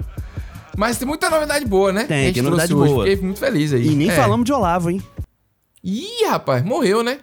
B: Mas tem muita novidade boa, né? Que a
C: Tem,
B: gente
C: tem novidade
B: trouxe hoje.
C: boa.
B: Fiquei muito feliz aí.
C: E nem
B: É.
C: falamos de Olavo, hein?
B: Ih, rapaz, morreu, né?